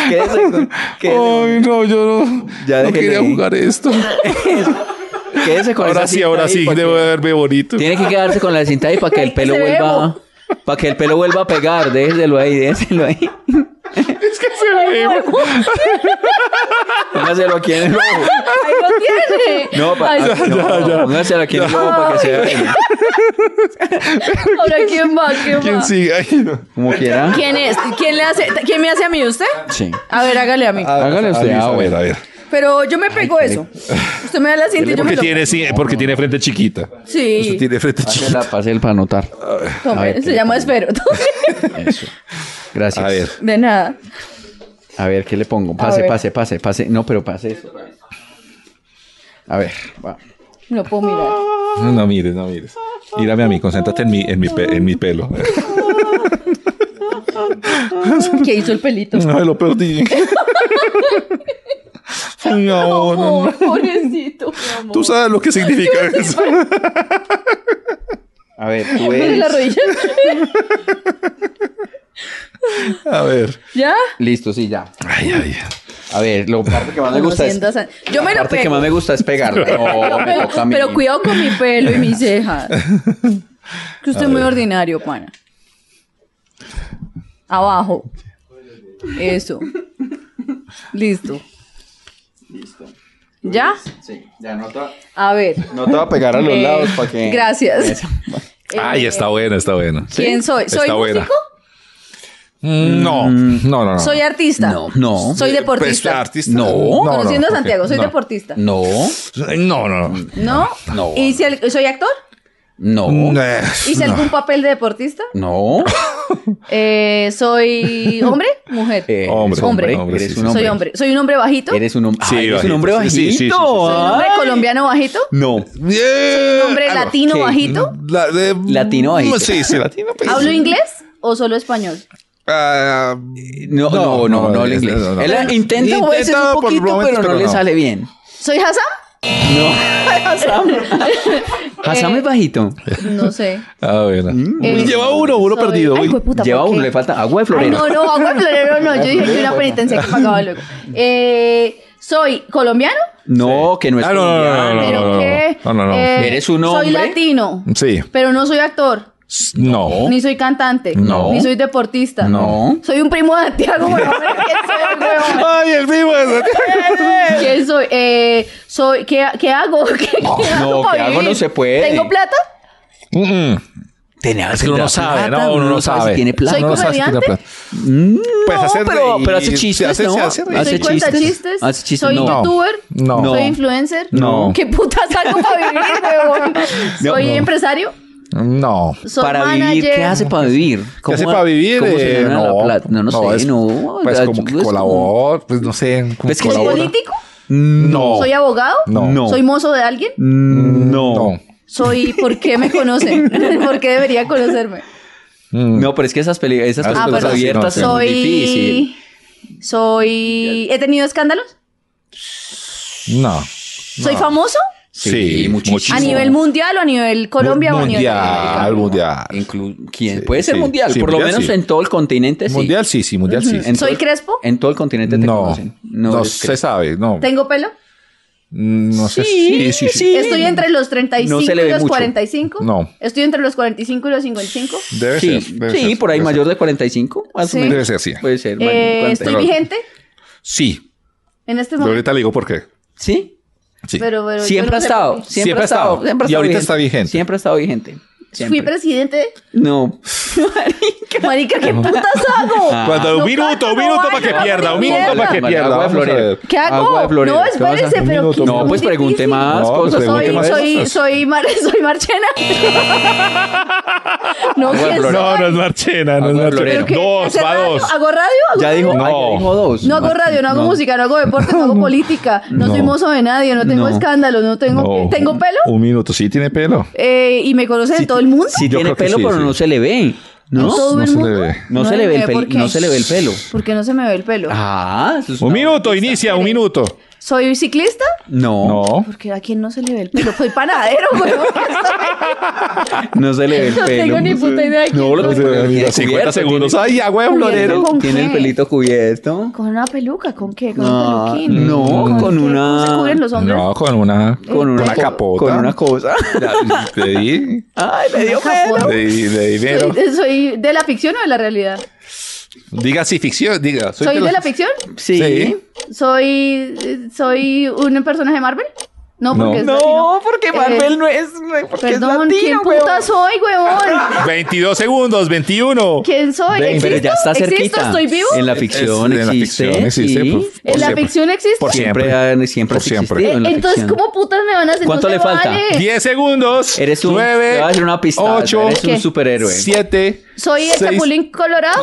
Speaker 1: Quédese con, quédese,
Speaker 2: Ay, no, yo no.
Speaker 1: Ya
Speaker 2: no
Speaker 1: déjele
Speaker 2: quería
Speaker 1: ahí.
Speaker 2: jugar esto.
Speaker 1: quédese con
Speaker 2: Ahora
Speaker 1: esa
Speaker 2: sí,
Speaker 1: cinta
Speaker 2: ahora
Speaker 1: ahí
Speaker 2: sí.
Speaker 1: para que-
Speaker 2: Debo verme bonito.
Speaker 1: Tiene que quedarse con la cinta ahí para que el pelo
Speaker 3: se ve
Speaker 1: vuelva. Para que el pelo vuelva a pegar, déjeselo ahí, déjeselo ahí.
Speaker 2: Es que se ve.
Speaker 1: Póngaselo aquí en el ojo.
Speaker 3: Ahí lo tiene.
Speaker 1: No, pa-
Speaker 3: Ay,
Speaker 1: ah, no,
Speaker 2: ya,
Speaker 1: no,
Speaker 2: ya.
Speaker 1: póngaselo aquí en el ojo para que se vea.
Speaker 3: Ahora, ¿quién va? ¿Quién,
Speaker 2: ¿Quién
Speaker 3: va?
Speaker 2: sigue ahí? No.
Speaker 1: Como quiera.
Speaker 3: ¿Quién es? ¿Quién le hace? ¿Quién me hace a mí usted?
Speaker 1: Sí.
Speaker 3: A ver, hágale a mí.
Speaker 1: Hágale usted.
Speaker 2: Avisa,
Speaker 1: Ah,
Speaker 2: a ver,
Speaker 1: bueno.
Speaker 2: a ver.
Speaker 3: Pero yo me pego eso. Usted me da la cinta y yo me
Speaker 2: Porque
Speaker 3: lo...
Speaker 2: tiene, sí, porque tiene frente chiquita. Usted
Speaker 3: Sí,
Speaker 2: tiene frente
Speaker 1: Pásela,
Speaker 2: chiquita.
Speaker 1: pásela para anotar.
Speaker 3: tome,
Speaker 1: A ver,
Speaker 3: se
Speaker 1: ¿qué
Speaker 3: llama Espero.
Speaker 1: *laughs* Eso. Gracias.
Speaker 2: A ver.
Speaker 3: De nada.
Speaker 1: A ver, ¿qué le pongo?
Speaker 3: A
Speaker 1: Pase,
Speaker 3: ver.
Speaker 1: pase, pase, pase. No, pero pase eso. A ver, va.
Speaker 3: No puedo mirar.
Speaker 2: No mires, no mires. Mírame a mí, concéntrate en mi, en mi, pe- en mi *laughs* pelo.
Speaker 3: ¿Qué hizo el pelito?
Speaker 2: No, lo perdí. Ay, ahora,
Speaker 3: Oh,
Speaker 2: no.
Speaker 3: pobrecito, mi amor.
Speaker 2: Tú sabes lo que
Speaker 3: *laughs*
Speaker 2: significa eso.
Speaker 1: A ver, tú
Speaker 3: Mire
Speaker 1: eres.
Speaker 3: *laughs* la rodilla.
Speaker 2: A ver.
Speaker 3: ¿Ya?
Speaker 1: Listo, sí, ya.
Speaker 2: Ay, ay.
Speaker 1: A ver, lo parte que más me
Speaker 3: No
Speaker 1: gusta es.
Speaker 3: siento san- Yo me
Speaker 1: la
Speaker 3: lo
Speaker 1: parte que
Speaker 3: pego.
Speaker 1: más me gusta es
Speaker 3: *laughs*
Speaker 1: pegarla. No, me
Speaker 3: Pero,
Speaker 1: toca a mí.
Speaker 3: pero cuidado con mi pelo y mis cejas. Que usted es muy ordinario, pana. Abajo. Eso. Listo. ¿Ya?
Speaker 1: Sí, ya no te, va-
Speaker 3: A ver.
Speaker 1: no te va a pegar a los
Speaker 3: Eh,
Speaker 1: lados para que.
Speaker 3: Gracias. Eh,
Speaker 1: Eso.
Speaker 2: Ay, está bueno, está bueno.
Speaker 3: ¿Quién soy? ¿Soy
Speaker 2: Está buena.
Speaker 3: músico?
Speaker 2: Mm, No, no, no. no.
Speaker 3: ¿Soy artista?
Speaker 1: Ah. No, no.
Speaker 3: ¿Soy deportista?
Speaker 2: Pues, artista.
Speaker 1: No.
Speaker 3: Conociendo a
Speaker 2: ok,
Speaker 3: Santiago, soy
Speaker 2: no.
Speaker 3: deportista.
Speaker 1: No,
Speaker 2: No, no, no.
Speaker 3: ¿No?
Speaker 1: No.
Speaker 3: ¿Y si el- ¿Soy actor?
Speaker 1: no,
Speaker 2: Eh,
Speaker 3: ¿Hice
Speaker 2: no.
Speaker 3: algún papel de deportista?
Speaker 1: no.
Speaker 3: Eh, ¿Soy hombre? ¿Mujer?
Speaker 1: *laughs* Eh,
Speaker 2: Hombre,
Speaker 1: eres hombre,
Speaker 2: hombre,
Speaker 1: eres
Speaker 2: sí,
Speaker 1: un
Speaker 2: sí.
Speaker 1: hombre.
Speaker 3: Soy hombre. ¿Soy un hombre bajito?
Speaker 1: Eres un hombre.
Speaker 2: Sí,
Speaker 1: ah, eres un
Speaker 2: bajito.
Speaker 1: hombre
Speaker 2: Sí,
Speaker 1: bajito.
Speaker 2: sí, sí, sí, sí.
Speaker 3: ¿Soy un hombre
Speaker 1: Ay.
Speaker 3: colombiano bajito?
Speaker 1: No.
Speaker 2: Eh,
Speaker 3: ¿Un hombre
Speaker 2: ah, no.
Speaker 3: latino
Speaker 1: ¿qué?
Speaker 3: bajito?
Speaker 2: La- de-
Speaker 1: Latino bajito.
Speaker 2: Sí, sí, latino. pues.
Speaker 3: ¿Hablo inglés o solo español?
Speaker 2: Ah,
Speaker 1: Eh, No, no, no, no,
Speaker 2: no,
Speaker 1: el
Speaker 2: es-
Speaker 1: inglés.
Speaker 2: no, no.
Speaker 1: Él intenta, a veces
Speaker 2: Intenta
Speaker 1: un
Speaker 2: por
Speaker 1: poquito,
Speaker 2: momentos,
Speaker 1: pero no
Speaker 2: pero
Speaker 1: le
Speaker 2: no.
Speaker 1: sale bien.
Speaker 3: ¿Soy Hassan? *laughs*
Speaker 1: No, Hassan. *laughs* Hassan
Speaker 3: Eh,
Speaker 1: es bajito.
Speaker 3: No
Speaker 2: *laughs*
Speaker 3: sé.
Speaker 2: Ah, bueno.
Speaker 3: Eh,
Speaker 2: Lleva uno, uno
Speaker 3: soy-
Speaker 2: perdido.
Speaker 3: Ay,
Speaker 2: uy.
Speaker 3: jueputa,
Speaker 1: Lleva
Speaker 3: ¿por
Speaker 1: uno,
Speaker 3: qué?
Speaker 1: le falta agua de
Speaker 3: Ay,
Speaker 1: florero.
Speaker 3: no, no, agua de florero no. Yo dije que una penitencia que pagaba luego. Eh, ¿Soy colombiano?
Speaker 1: no, que no es
Speaker 2: Ah, no, no, no, no,
Speaker 1: colombiano.
Speaker 3: ¿Pero
Speaker 2: no, no.
Speaker 3: qué?
Speaker 2: No, no, no.
Speaker 1: ¿Eres un
Speaker 3: Soy
Speaker 1: hombre?
Speaker 3: latino.
Speaker 2: Sí.
Speaker 3: Pero no soy actor.
Speaker 2: No.
Speaker 3: Ni soy cantante.
Speaker 1: No.
Speaker 3: Ni soy deportista.
Speaker 1: No.
Speaker 3: Soy un primo de
Speaker 1: *laughs*
Speaker 3: Santiago, weón. ¿Quién soy, weón?
Speaker 2: Ay, el vivo es.
Speaker 3: ¿Quién soy? Eh, soy ¿qué, qué hago? *laughs* ¿Qué, qué hago
Speaker 1: no,
Speaker 3: para
Speaker 1: ¿qué hago?
Speaker 3: vivir?
Speaker 1: No se puede.
Speaker 3: ¿Tengo plata?
Speaker 2: Mm, mm.
Speaker 1: Tenía
Speaker 2: Es que uno no sabe, no, uno no sabe.
Speaker 1: si tiene plata.
Speaker 3: Soy
Speaker 2: Uno no sabe si tiene
Speaker 3: comediante?
Speaker 2: plata.
Speaker 1: Mm,
Speaker 2: Pues
Speaker 1: No, pero-
Speaker 2: reír,
Speaker 1: pero hace
Speaker 2: se
Speaker 1: chistes,
Speaker 2: hace-
Speaker 1: ¿no?
Speaker 2: se hace reír.
Speaker 1: Hace
Speaker 3: ¿Soy cuenta
Speaker 1: chistes.
Speaker 3: chistes?
Speaker 1: Hace chistes,
Speaker 3: ¿Soy
Speaker 1: no.
Speaker 3: youtuber?
Speaker 2: No.
Speaker 1: No.
Speaker 3: ¿Soy influencer?
Speaker 2: No.
Speaker 3: ¿Qué putas hago para vivir,
Speaker 1: *laughs*
Speaker 3: weón? ¿Soy empresario?
Speaker 2: No.
Speaker 3: ¿Soy
Speaker 1: para
Speaker 3: manager?
Speaker 1: vivir, ¿qué hace para vivir?
Speaker 2: ¿Qué hace
Speaker 1: ¿Cómo-
Speaker 2: para vivir?
Speaker 1: cómo se
Speaker 2: Eh,
Speaker 1: gana la plata? No, no, sé,
Speaker 2: es-
Speaker 1: no.
Speaker 2: Pues
Speaker 1: la-
Speaker 2: como que
Speaker 1: es como-
Speaker 2: colabora, pues no sé. como
Speaker 1: Es que
Speaker 3: ¿Soy
Speaker 1: Colabora.
Speaker 3: político?
Speaker 2: No.
Speaker 3: ¿Soy abogado?
Speaker 2: No.
Speaker 1: No.
Speaker 3: ¿Soy mozo de alguien?
Speaker 1: No.
Speaker 2: No.
Speaker 3: ¿Soy por qué
Speaker 1: *laughs*
Speaker 3: me conocen? ¿Por qué debería conocerme?
Speaker 2: Mm.
Speaker 1: No, pero es que esas, peli- esas
Speaker 2: Ah,
Speaker 1: películas
Speaker 3: perdón.
Speaker 1: abiertas
Speaker 2: Sí,
Speaker 1: son
Speaker 2: no,
Speaker 1: muy difíciles.
Speaker 3: Soy. Soy. ¿He tenido escándalos?
Speaker 2: No.
Speaker 3: ¿Soy famoso?
Speaker 2: Sí, muchísimo.
Speaker 3: ¿A nivel mundial o a nivel Colombia o a nivel
Speaker 2: mundial,
Speaker 3: Latinoamérica?
Speaker 2: mundial.
Speaker 1: Inclu- ¿quién?
Speaker 2: Sí,
Speaker 1: Puede ser
Speaker 2: sí.
Speaker 1: mundial,
Speaker 2: Sí,
Speaker 1: por lo
Speaker 2: mundial,
Speaker 1: menos
Speaker 2: sí.
Speaker 1: en todo el continente. sí.
Speaker 2: Mundial sí, sí, mundial sí.
Speaker 1: En todo
Speaker 3: ¿Soy
Speaker 1: el-
Speaker 3: Crespo?
Speaker 1: En todo el continente te
Speaker 2: No,
Speaker 1: conocen.
Speaker 2: no,
Speaker 1: eres
Speaker 2: se
Speaker 1: Crespo.
Speaker 2: sabe, no.
Speaker 3: ¿Tengo pelo?
Speaker 2: No sé.
Speaker 1: Sí, sí, sí.
Speaker 3: ¿Estoy entre los 35
Speaker 1: No se le
Speaker 3: y
Speaker 1: ve
Speaker 3: los
Speaker 1: mucho.
Speaker 3: 45?
Speaker 2: No.
Speaker 3: ¿Estoy entre los 45 y los 55?
Speaker 2: Debe
Speaker 1: sí,
Speaker 2: ser. debe
Speaker 1: sí,
Speaker 2: ser,
Speaker 1: por ahí
Speaker 2: debe
Speaker 1: mayor
Speaker 2: ser.
Speaker 1: de 45, más
Speaker 3: Sí.
Speaker 1: o menos.
Speaker 2: Debe ser, sí.
Speaker 1: Puede ser. mayor de
Speaker 3: Eh,
Speaker 1: 40.
Speaker 3: ¿Estoy vigente
Speaker 2: Sí.
Speaker 3: en este
Speaker 2: Pero
Speaker 3: momento?
Speaker 2: ahorita le digo por qué.
Speaker 1: Sí.
Speaker 2: Sí.
Speaker 3: Pero, pero yo
Speaker 1: Siempre
Speaker 3: no
Speaker 1: ha
Speaker 3: sé
Speaker 1: estado.
Speaker 3: por qué.
Speaker 1: Siempre, ha estado. siempre ha
Speaker 2: Y
Speaker 1: estado
Speaker 2: ahorita está vigente.
Speaker 1: Siempre ha estado vigente.
Speaker 3: Fui
Speaker 1: Siempre. *laughs*
Speaker 3: presidente.
Speaker 1: No.
Speaker 3: Marica, ¿qué putas hago?
Speaker 1: Ah,
Speaker 2: Cuando- un
Speaker 3: No
Speaker 2: minuto,
Speaker 3: canto,
Speaker 2: un
Speaker 3: no
Speaker 2: minuto
Speaker 3: bailo,
Speaker 2: para que
Speaker 3: no
Speaker 2: pierda, un
Speaker 3: hago ni
Speaker 2: minuto
Speaker 3: mierda.
Speaker 2: para que
Speaker 1: Vale,
Speaker 2: pierda.
Speaker 1: agua de
Speaker 2: Vamos a
Speaker 1: florero.
Speaker 2: ver.
Speaker 3: ¿Qué hago?
Speaker 1: Agua de florero.
Speaker 3: No,
Speaker 1: ¿Qué vas a
Speaker 3: espérense,
Speaker 1: hacer?
Speaker 3: pero
Speaker 2: Un minuto,
Speaker 3: que-
Speaker 2: un
Speaker 1: No,
Speaker 2: Muy
Speaker 1: pues pregunte
Speaker 3: difícil.
Speaker 1: más
Speaker 2: No,
Speaker 1: cosas.
Speaker 2: pregunte
Speaker 3: Soy,
Speaker 2: más
Speaker 3: soy,
Speaker 2: cosas.
Speaker 3: soy, Mar, *laughs*
Speaker 1: *laughs*
Speaker 3: soy Marchena. no,
Speaker 1: Agua de
Speaker 3: ¿quién
Speaker 1: flor-
Speaker 3: soy?
Speaker 2: No, no es Marchena, no
Speaker 1: Agua
Speaker 2: es
Speaker 1: de
Speaker 2: Marchena.
Speaker 1: florero.
Speaker 3: ¿Pero qué?
Speaker 2: Dos,
Speaker 3: ¿Hacer
Speaker 2: va
Speaker 3: radio?
Speaker 2: dos.
Speaker 3: ¿Hago radio? ¿Hago
Speaker 1: Ya
Speaker 3: radio?
Speaker 1: dijo,
Speaker 2: No.
Speaker 1: ay, ya dijo dos.
Speaker 3: No hago radio, no hago música, no hago deporte, no hago política, no, soy mozo de nadie, no tengo
Speaker 1: No.
Speaker 3: escándalos, no tengo...
Speaker 2: No.
Speaker 3: ¿Tengo pelo?
Speaker 2: Un minuto, sí tiene pelo.
Speaker 3: Eh, ¿Y me conocen en todo el mundo?
Speaker 1: Sí
Speaker 2: Yo
Speaker 1: tiene
Speaker 2: creo que
Speaker 1: pelo,
Speaker 2: sí,
Speaker 1: pero
Speaker 2: sí.
Speaker 1: no se le ve. ¿No?
Speaker 3: ¿En todo
Speaker 2: no
Speaker 3: el
Speaker 2: se le
Speaker 3: mundo?
Speaker 2: ve.
Speaker 1: No se le ve el
Speaker 3: ¿por
Speaker 1: pelo-
Speaker 3: qué?
Speaker 1: no se le ve el pelo.
Speaker 3: ¿Por qué no se me ve el pelo?
Speaker 1: Ah, eso es
Speaker 2: Un
Speaker 1: una-
Speaker 2: minuto, inicia, un minuto.
Speaker 3: ¿Soy ciclista?
Speaker 1: No,
Speaker 2: No.
Speaker 3: Porque a quién no se le ve el pelo. Soy panadero, *laughs* güey.
Speaker 1: no se le ve el
Speaker 3: *laughs* No
Speaker 1: pelo.
Speaker 3: tengo ni puta idea de
Speaker 1: No,
Speaker 3: quién
Speaker 1: lo
Speaker 3: soy.
Speaker 1: que
Speaker 2: Mira,
Speaker 1: tiene cubierto,
Speaker 2: 50 segundos.
Speaker 1: tiene-
Speaker 2: Ay, agua de florero.
Speaker 3: ¿Con
Speaker 1: Tiene el
Speaker 3: qué?
Speaker 1: pelito cubierto.
Speaker 3: ¿Con una peluca? ¿Con qué? ¿Con
Speaker 1: Ah,
Speaker 3: un peluquín?
Speaker 1: no, con
Speaker 3: qué? ¿Cómo
Speaker 1: una-
Speaker 3: se cubren los hombres?
Speaker 2: No, con una.
Speaker 3: Eh,
Speaker 1: Con una,
Speaker 2: una
Speaker 1: co-
Speaker 2: capota.
Speaker 1: Con una
Speaker 2: *laughs*
Speaker 1: cosa.
Speaker 2: Le di.
Speaker 1: Ay, me dio pelo.
Speaker 2: Le di, le di dinero.
Speaker 3: Soy, soy de la ficción o de la realidad?
Speaker 2: Diga si ficción, diga.
Speaker 3: ¿Soy, de la ficción?
Speaker 1: Sí.
Speaker 2: Sí.
Speaker 3: ¿Soy, soy un personaje de Marvel? No, porque es latino.
Speaker 1: porque
Speaker 3: Marvel
Speaker 1: no es. Porque
Speaker 3: Perdón, ¿quién puta soy,
Speaker 2: *laughs*
Speaker 3: huevón?
Speaker 2: 22 segundos, 21.
Speaker 3: ¿Quién soy?
Speaker 2: Ven,
Speaker 3: ¿Existo?
Speaker 1: Pero ya está
Speaker 3: ¿Existo?
Speaker 1: cerquita.
Speaker 3: ¿Estoy vivo?
Speaker 1: En la ficción
Speaker 2: Es- en la
Speaker 1: existe.
Speaker 2: ficción existe,
Speaker 1: sí.
Speaker 2: por-
Speaker 3: ¿En la
Speaker 2: siempre.
Speaker 3: ficción existe? Eh,
Speaker 2: Por
Speaker 1: siempre,
Speaker 2: siempre.
Speaker 1: han- siempre
Speaker 2: Por
Speaker 1: has existido
Speaker 2: siempre.
Speaker 1: en la
Speaker 3: Entonces,
Speaker 1: ficción.
Speaker 3: ¿cómo putas me van a hacer?
Speaker 1: ¿Cuánto
Speaker 3: No
Speaker 1: le
Speaker 3: se
Speaker 1: falta?
Speaker 3: vale.
Speaker 2: 10 segundos.
Speaker 1: Eres un. te voy a
Speaker 2: 9,
Speaker 1: decir una pista.
Speaker 2: 8,
Speaker 1: eres
Speaker 3: ¿Qué?
Speaker 1: un superhéroe.
Speaker 2: 7.
Speaker 3: ¿Soy el
Speaker 2: *laughs*
Speaker 3: Chapulín Colorado?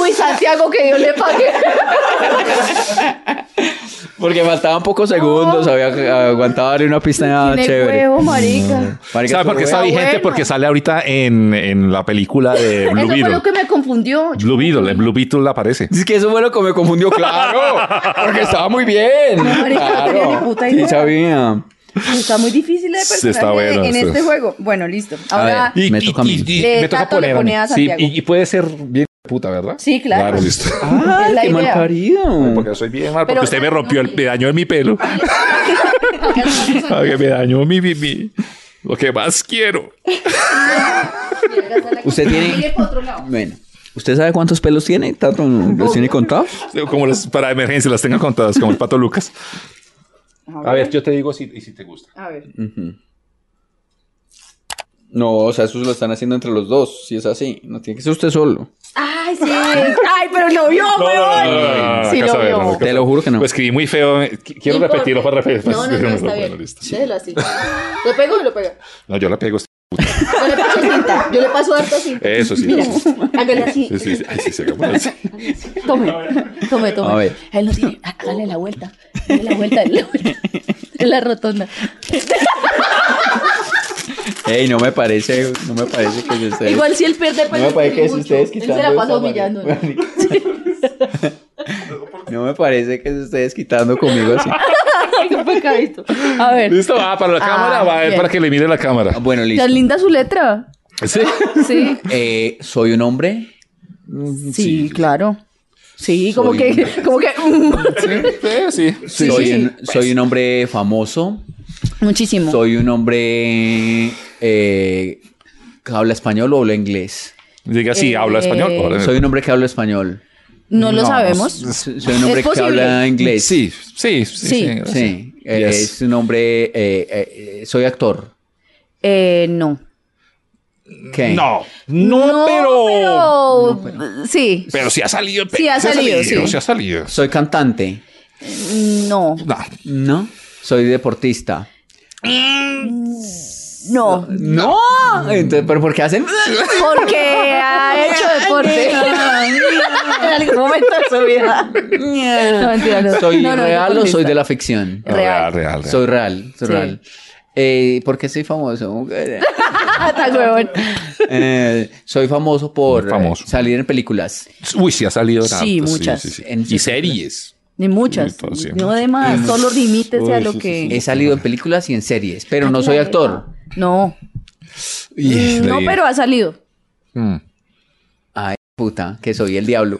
Speaker 3: Uy, Santiago, que Dios le
Speaker 1: *laughs*
Speaker 3: pague.
Speaker 1: Porque faltaban pocos segundos. Había aguantado darle una pista
Speaker 3: Tiene
Speaker 1: Ah, chévere. Mm.
Speaker 3: huevo, marica.
Speaker 1: Marica,
Speaker 2: ¿Sabes por qué está
Speaker 3: Ah,
Speaker 2: vigente?
Speaker 3: bueno.
Speaker 2: Porque sale ahorita en, en la película de Blue
Speaker 3: Eso fue
Speaker 2: Beetle.
Speaker 3: lo que me confundió. Yo-
Speaker 2: Blue Beetle, en Blue Beetle aparece.
Speaker 1: Es que eso fue lo que me confundió, *laughs* claro. Porque estaba muy bien.
Speaker 3: marica, no tenía ni
Speaker 1: Claro.
Speaker 3: puta
Speaker 1: Sí,
Speaker 3: idea.
Speaker 1: sabía.
Speaker 3: pues, Está muy difícil de
Speaker 2: Sí,
Speaker 3: personaje
Speaker 2: está bueno,
Speaker 3: en
Speaker 2: sí.
Speaker 3: este juego. Bueno, listo. Ahora,
Speaker 1: ver. Me toca a mí.
Speaker 3: Eh, Tato le
Speaker 2: a mí.
Speaker 3: ponía a
Speaker 2: Sí,
Speaker 3: Santiago.
Speaker 2: y, y puede ser bien puta, ¿verdad?
Speaker 3: Sí, claro.
Speaker 2: listo.
Speaker 1: Ay,
Speaker 3: Ah, la
Speaker 1: qué mal
Speaker 3: idea.
Speaker 1: parido.
Speaker 2: Ah, Porque soy bien mal, porque
Speaker 3: Pero-
Speaker 2: usted me rompió, el, me dañó en mi pelo. *laughs* Ah, que me dañó mi, mi, mi- Lo que más quiero.
Speaker 1: Usted tiene. Bueno, ¿usted sabe cuántos pelos tiene? ¿Tanto los tiene contados?
Speaker 2: Como las, para emergencia las tenga contadas, como el pato
Speaker 3: *laughs*
Speaker 2: Lucas. A ver, yo te digo si, y si te gusta.
Speaker 3: A ver.
Speaker 1: No, o sea, eso lo están haciendo entre los dos. Si es así, no tiene que ser usted solo.
Speaker 3: Ay, sí. Ay, pero lo vio, huevón. Sí, lo vio.
Speaker 1: Te lo juro que no.
Speaker 2: Lo escribí muy feo. eh, qu- Quiero
Speaker 3: importa.
Speaker 2: repetirlo para repetirlo.
Speaker 3: No, no, no, está
Speaker 2: Bueno,
Speaker 3: bien.
Speaker 2: listo.
Speaker 3: Déjelo así. ¿Lo pego o me lo pega?
Speaker 2: No, yo la pego.
Speaker 3: Yo le paso cinta. Yo le paso harta cinta.
Speaker 2: Eso Eh, sí.
Speaker 3: Mira,
Speaker 2: eso sí.
Speaker 3: hágale así.
Speaker 2: Sí, sí, sí, sí, sí, hagamos
Speaker 3: *laughs*
Speaker 2: así.
Speaker 3: Tome, tome, tome.
Speaker 1: A ver.
Speaker 3: Él no tiene. há- Hágale la vuelta. Dale la vuelta, dale la vuelta. En la rotonda.
Speaker 1: Ey, no me parece, no me parece que yo esté.
Speaker 3: Igual si él pierde el
Speaker 1: no me
Speaker 3: pelo.
Speaker 1: parece que si
Speaker 3: mucho.
Speaker 1: ustedes
Speaker 3: Él
Speaker 1: quitando.
Speaker 3: se la pasa
Speaker 1: esa
Speaker 3: humillando.
Speaker 1: manera- *laughs* No me parece que se ustedes quitando conmigo *laughs* así.
Speaker 3: *laughs* Qué pecadito. A ver.
Speaker 2: Listo, va para la
Speaker 3: Ah,
Speaker 2: cámara, va eh,
Speaker 3: bien.
Speaker 2: para que le mire la cámara.
Speaker 1: Ah, Bueno, listo.
Speaker 3: Tan linda su letra.
Speaker 2: Sí.
Speaker 3: Sí.
Speaker 1: Eh, soy un hombre.
Speaker 3: Sí, claro. Sí, como que, como *laughs* que.
Speaker 2: Sí, sí.
Speaker 3: Sí.
Speaker 1: soy, un, soy un hombre famoso.
Speaker 3: Muchísimo.
Speaker 1: Soy un hombre eh, que habla español o habla inglés.
Speaker 2: Diga si
Speaker 3: Eh,
Speaker 2: habla español. ahora-
Speaker 1: Soy un hombre que habla español.
Speaker 3: no lo
Speaker 2: No,
Speaker 3: sabemos.
Speaker 1: Soy un hombre
Speaker 3: ¿Es
Speaker 1: que
Speaker 3: posible?
Speaker 1: habla inglés.
Speaker 2: Sí, sí, sí. Sí.
Speaker 1: Sí. Eh,
Speaker 2: Yes.
Speaker 1: Es un hombre. eh, eh, eh, soy actor.
Speaker 3: Eh, no.
Speaker 1: ¿Qué?
Speaker 2: No, no, pero, pero.
Speaker 3: pero- Sí.
Speaker 2: sí ha salido.
Speaker 3: Sí ha salido, sí.
Speaker 2: sí ha salido.
Speaker 1: Soy cantante.
Speaker 3: No.
Speaker 2: No.
Speaker 1: No. Soy deportista.
Speaker 3: No.
Speaker 1: No. Entonces, ¿Pero por qué hacen?
Speaker 3: Porque
Speaker 2: *laughs*
Speaker 3: ha hecho deporte. *laughs* en algún momento de su
Speaker 2: *laughs*
Speaker 3: vida. No, mentira, no.
Speaker 1: ¿Soy
Speaker 3: No, no, no
Speaker 1: real o soy
Speaker 3: contesta.
Speaker 1: de la ficción?
Speaker 2: No, Real,
Speaker 3: Real.
Speaker 2: Ah, real. real.
Speaker 1: Soy real. Soy
Speaker 3: Sí.
Speaker 1: real. Eh, ¿Por qué soy famoso?
Speaker 3: Ah, tan huevón.
Speaker 1: Eh, soy famoso por
Speaker 2: Famoso.
Speaker 1: eh, salir en películas.
Speaker 2: Uy, sí ha salido. en
Speaker 3: Sí,
Speaker 2: hartas,
Speaker 3: muchas.
Speaker 1: En-
Speaker 2: Y series.
Speaker 3: De muchas.
Speaker 2: Entonces,
Speaker 3: no de más. Solo limítese a
Speaker 2: Uy,
Speaker 3: lo
Speaker 2: sí, sí,
Speaker 3: que.
Speaker 1: He salido en películas y en series, pero
Speaker 3: Ay,
Speaker 1: no
Speaker 3: la
Speaker 1: soy
Speaker 3: verga.
Speaker 1: actor.
Speaker 3: No.
Speaker 2: Y-
Speaker 3: Mm, No,
Speaker 2: y-
Speaker 3: pero ha salido.
Speaker 2: Mm.
Speaker 1: Ay, puta, que soy el diablo.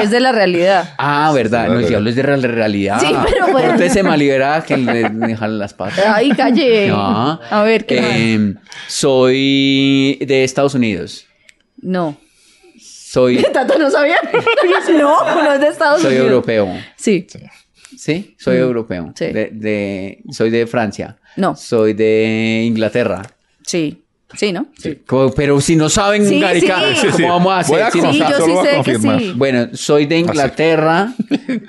Speaker 3: Es de la realidad.
Speaker 1: Ah, verdad. No, el
Speaker 2: verdad.
Speaker 1: diablo es de real- realidad.
Speaker 3: Sí, pero bueno.
Speaker 1: Pórtese malibera que le me jalan las patas.
Speaker 3: Ahí calle.
Speaker 1: No.
Speaker 3: A ver, ¿qué más?
Speaker 1: Eh, Soy de Estados Unidos.
Speaker 3: No. *laughs*
Speaker 1: Soy,
Speaker 3: Tato no sabía. *laughs* no, no es de Estados
Speaker 1: soy
Speaker 3: Unidos.
Speaker 1: europeo.
Speaker 3: Sí.
Speaker 1: ¿Sí? Soy europeo.
Speaker 3: Sí.
Speaker 1: De, de- soy de Francia.
Speaker 3: No.
Speaker 1: Soy de Inglaterra.
Speaker 3: Sí. Sí, ¿no? Sí.
Speaker 1: Co- Pero si no saben,
Speaker 3: Sí,
Speaker 1: Garica,
Speaker 3: sí.
Speaker 1: ¿cómo
Speaker 2: Sí, sí.
Speaker 1: vamos a hacer?
Speaker 2: Voy a Ah,
Speaker 1: Si no
Speaker 2: contar.
Speaker 1: saben?
Speaker 3: yo
Speaker 2: solo
Speaker 3: sí
Speaker 2: voy a
Speaker 3: sé que
Speaker 2: confirmar.
Speaker 3: sí.
Speaker 1: Bueno, soy de
Speaker 3: *laughs*
Speaker 1: Inglaterra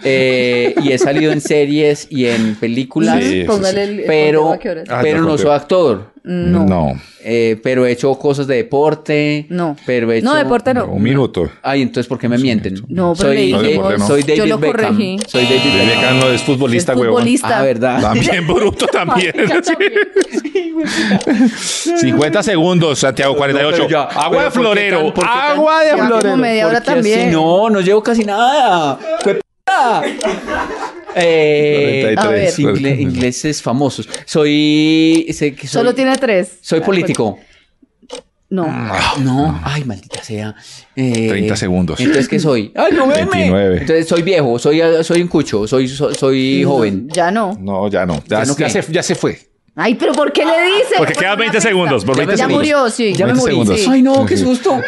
Speaker 1: eh, y he salido en series y en películas,
Speaker 2: Sí, sí,
Speaker 3: Póngale
Speaker 2: sí.
Speaker 3: el- el conteo
Speaker 1: pero,
Speaker 3: a qué hora es.
Speaker 2: Ah,
Speaker 1: pero
Speaker 2: ya
Speaker 1: no
Speaker 2: conté.
Speaker 1: soy actor.
Speaker 2: No.
Speaker 1: Eh, pero he hecho cosas de deporte.
Speaker 3: No.
Speaker 1: Pero he hecho...
Speaker 3: No, deporte no.
Speaker 2: Un minuto.
Speaker 1: Ay, entonces, ¿por qué me mienten?
Speaker 3: No, pero le
Speaker 1: soy,
Speaker 3: dijimos-
Speaker 2: No, deporte no.
Speaker 1: soy David
Speaker 3: Yo lo
Speaker 1: Beckham.
Speaker 3: corregí.
Speaker 1: Soy David
Speaker 2: David
Speaker 1: Beckham.
Speaker 2: Beckham no es futbolista,
Speaker 3: Es
Speaker 2: huevón.
Speaker 3: futbolista.
Speaker 1: Ah, verdad.
Speaker 3: *laughs*
Speaker 2: También, bruto, también.
Speaker 3: También.
Speaker 2: 50 segundos, Santiago,
Speaker 1: No,
Speaker 2: 48.
Speaker 1: pero ya.
Speaker 2: agua
Speaker 1: Pero
Speaker 2: de
Speaker 1: ¿por qué
Speaker 2: florero.
Speaker 1: tan- por qué tan-
Speaker 2: agua de
Speaker 3: Ya como
Speaker 2: florero.
Speaker 3: media hora
Speaker 1: Porque
Speaker 3: también.
Speaker 1: así no, no llevo casi nada. ¡Fue p***! Eh,
Speaker 2: 43.
Speaker 3: a ver.
Speaker 1: Sí, ingle- ingleses famosos. Soy, sé que soy
Speaker 3: Solo tiene tres. Ah, pues,
Speaker 1: soy político.
Speaker 3: No.
Speaker 1: No, ay, maldita sea. Eh,
Speaker 2: 30 segundos.
Speaker 1: Entonces qué soy? Ay, no veme.
Speaker 2: 29.
Speaker 1: Entonces soy viejo, soy soy un cucho, soy soy, soy joven.
Speaker 3: Ya no.
Speaker 2: No, ya no. Ya,
Speaker 1: ¿Ya no
Speaker 2: ya
Speaker 1: qué?
Speaker 2: se, ya se fue.
Speaker 3: Ay, pero ¿por qué
Speaker 1: Ah,
Speaker 3: le dice?
Speaker 2: Porque
Speaker 3: Fue
Speaker 2: quedan
Speaker 3: una
Speaker 2: 20
Speaker 3: pista.
Speaker 2: segundos. Por
Speaker 1: Ya
Speaker 2: 20
Speaker 1: me-
Speaker 3: Ya
Speaker 2: segundos.
Speaker 3: murió, sí.
Speaker 1: Ya me
Speaker 2: 20
Speaker 1: morí.
Speaker 2: segundos.
Speaker 1: Sí. Ay, no, qué
Speaker 2: *laughs*
Speaker 1: susto. *laughs*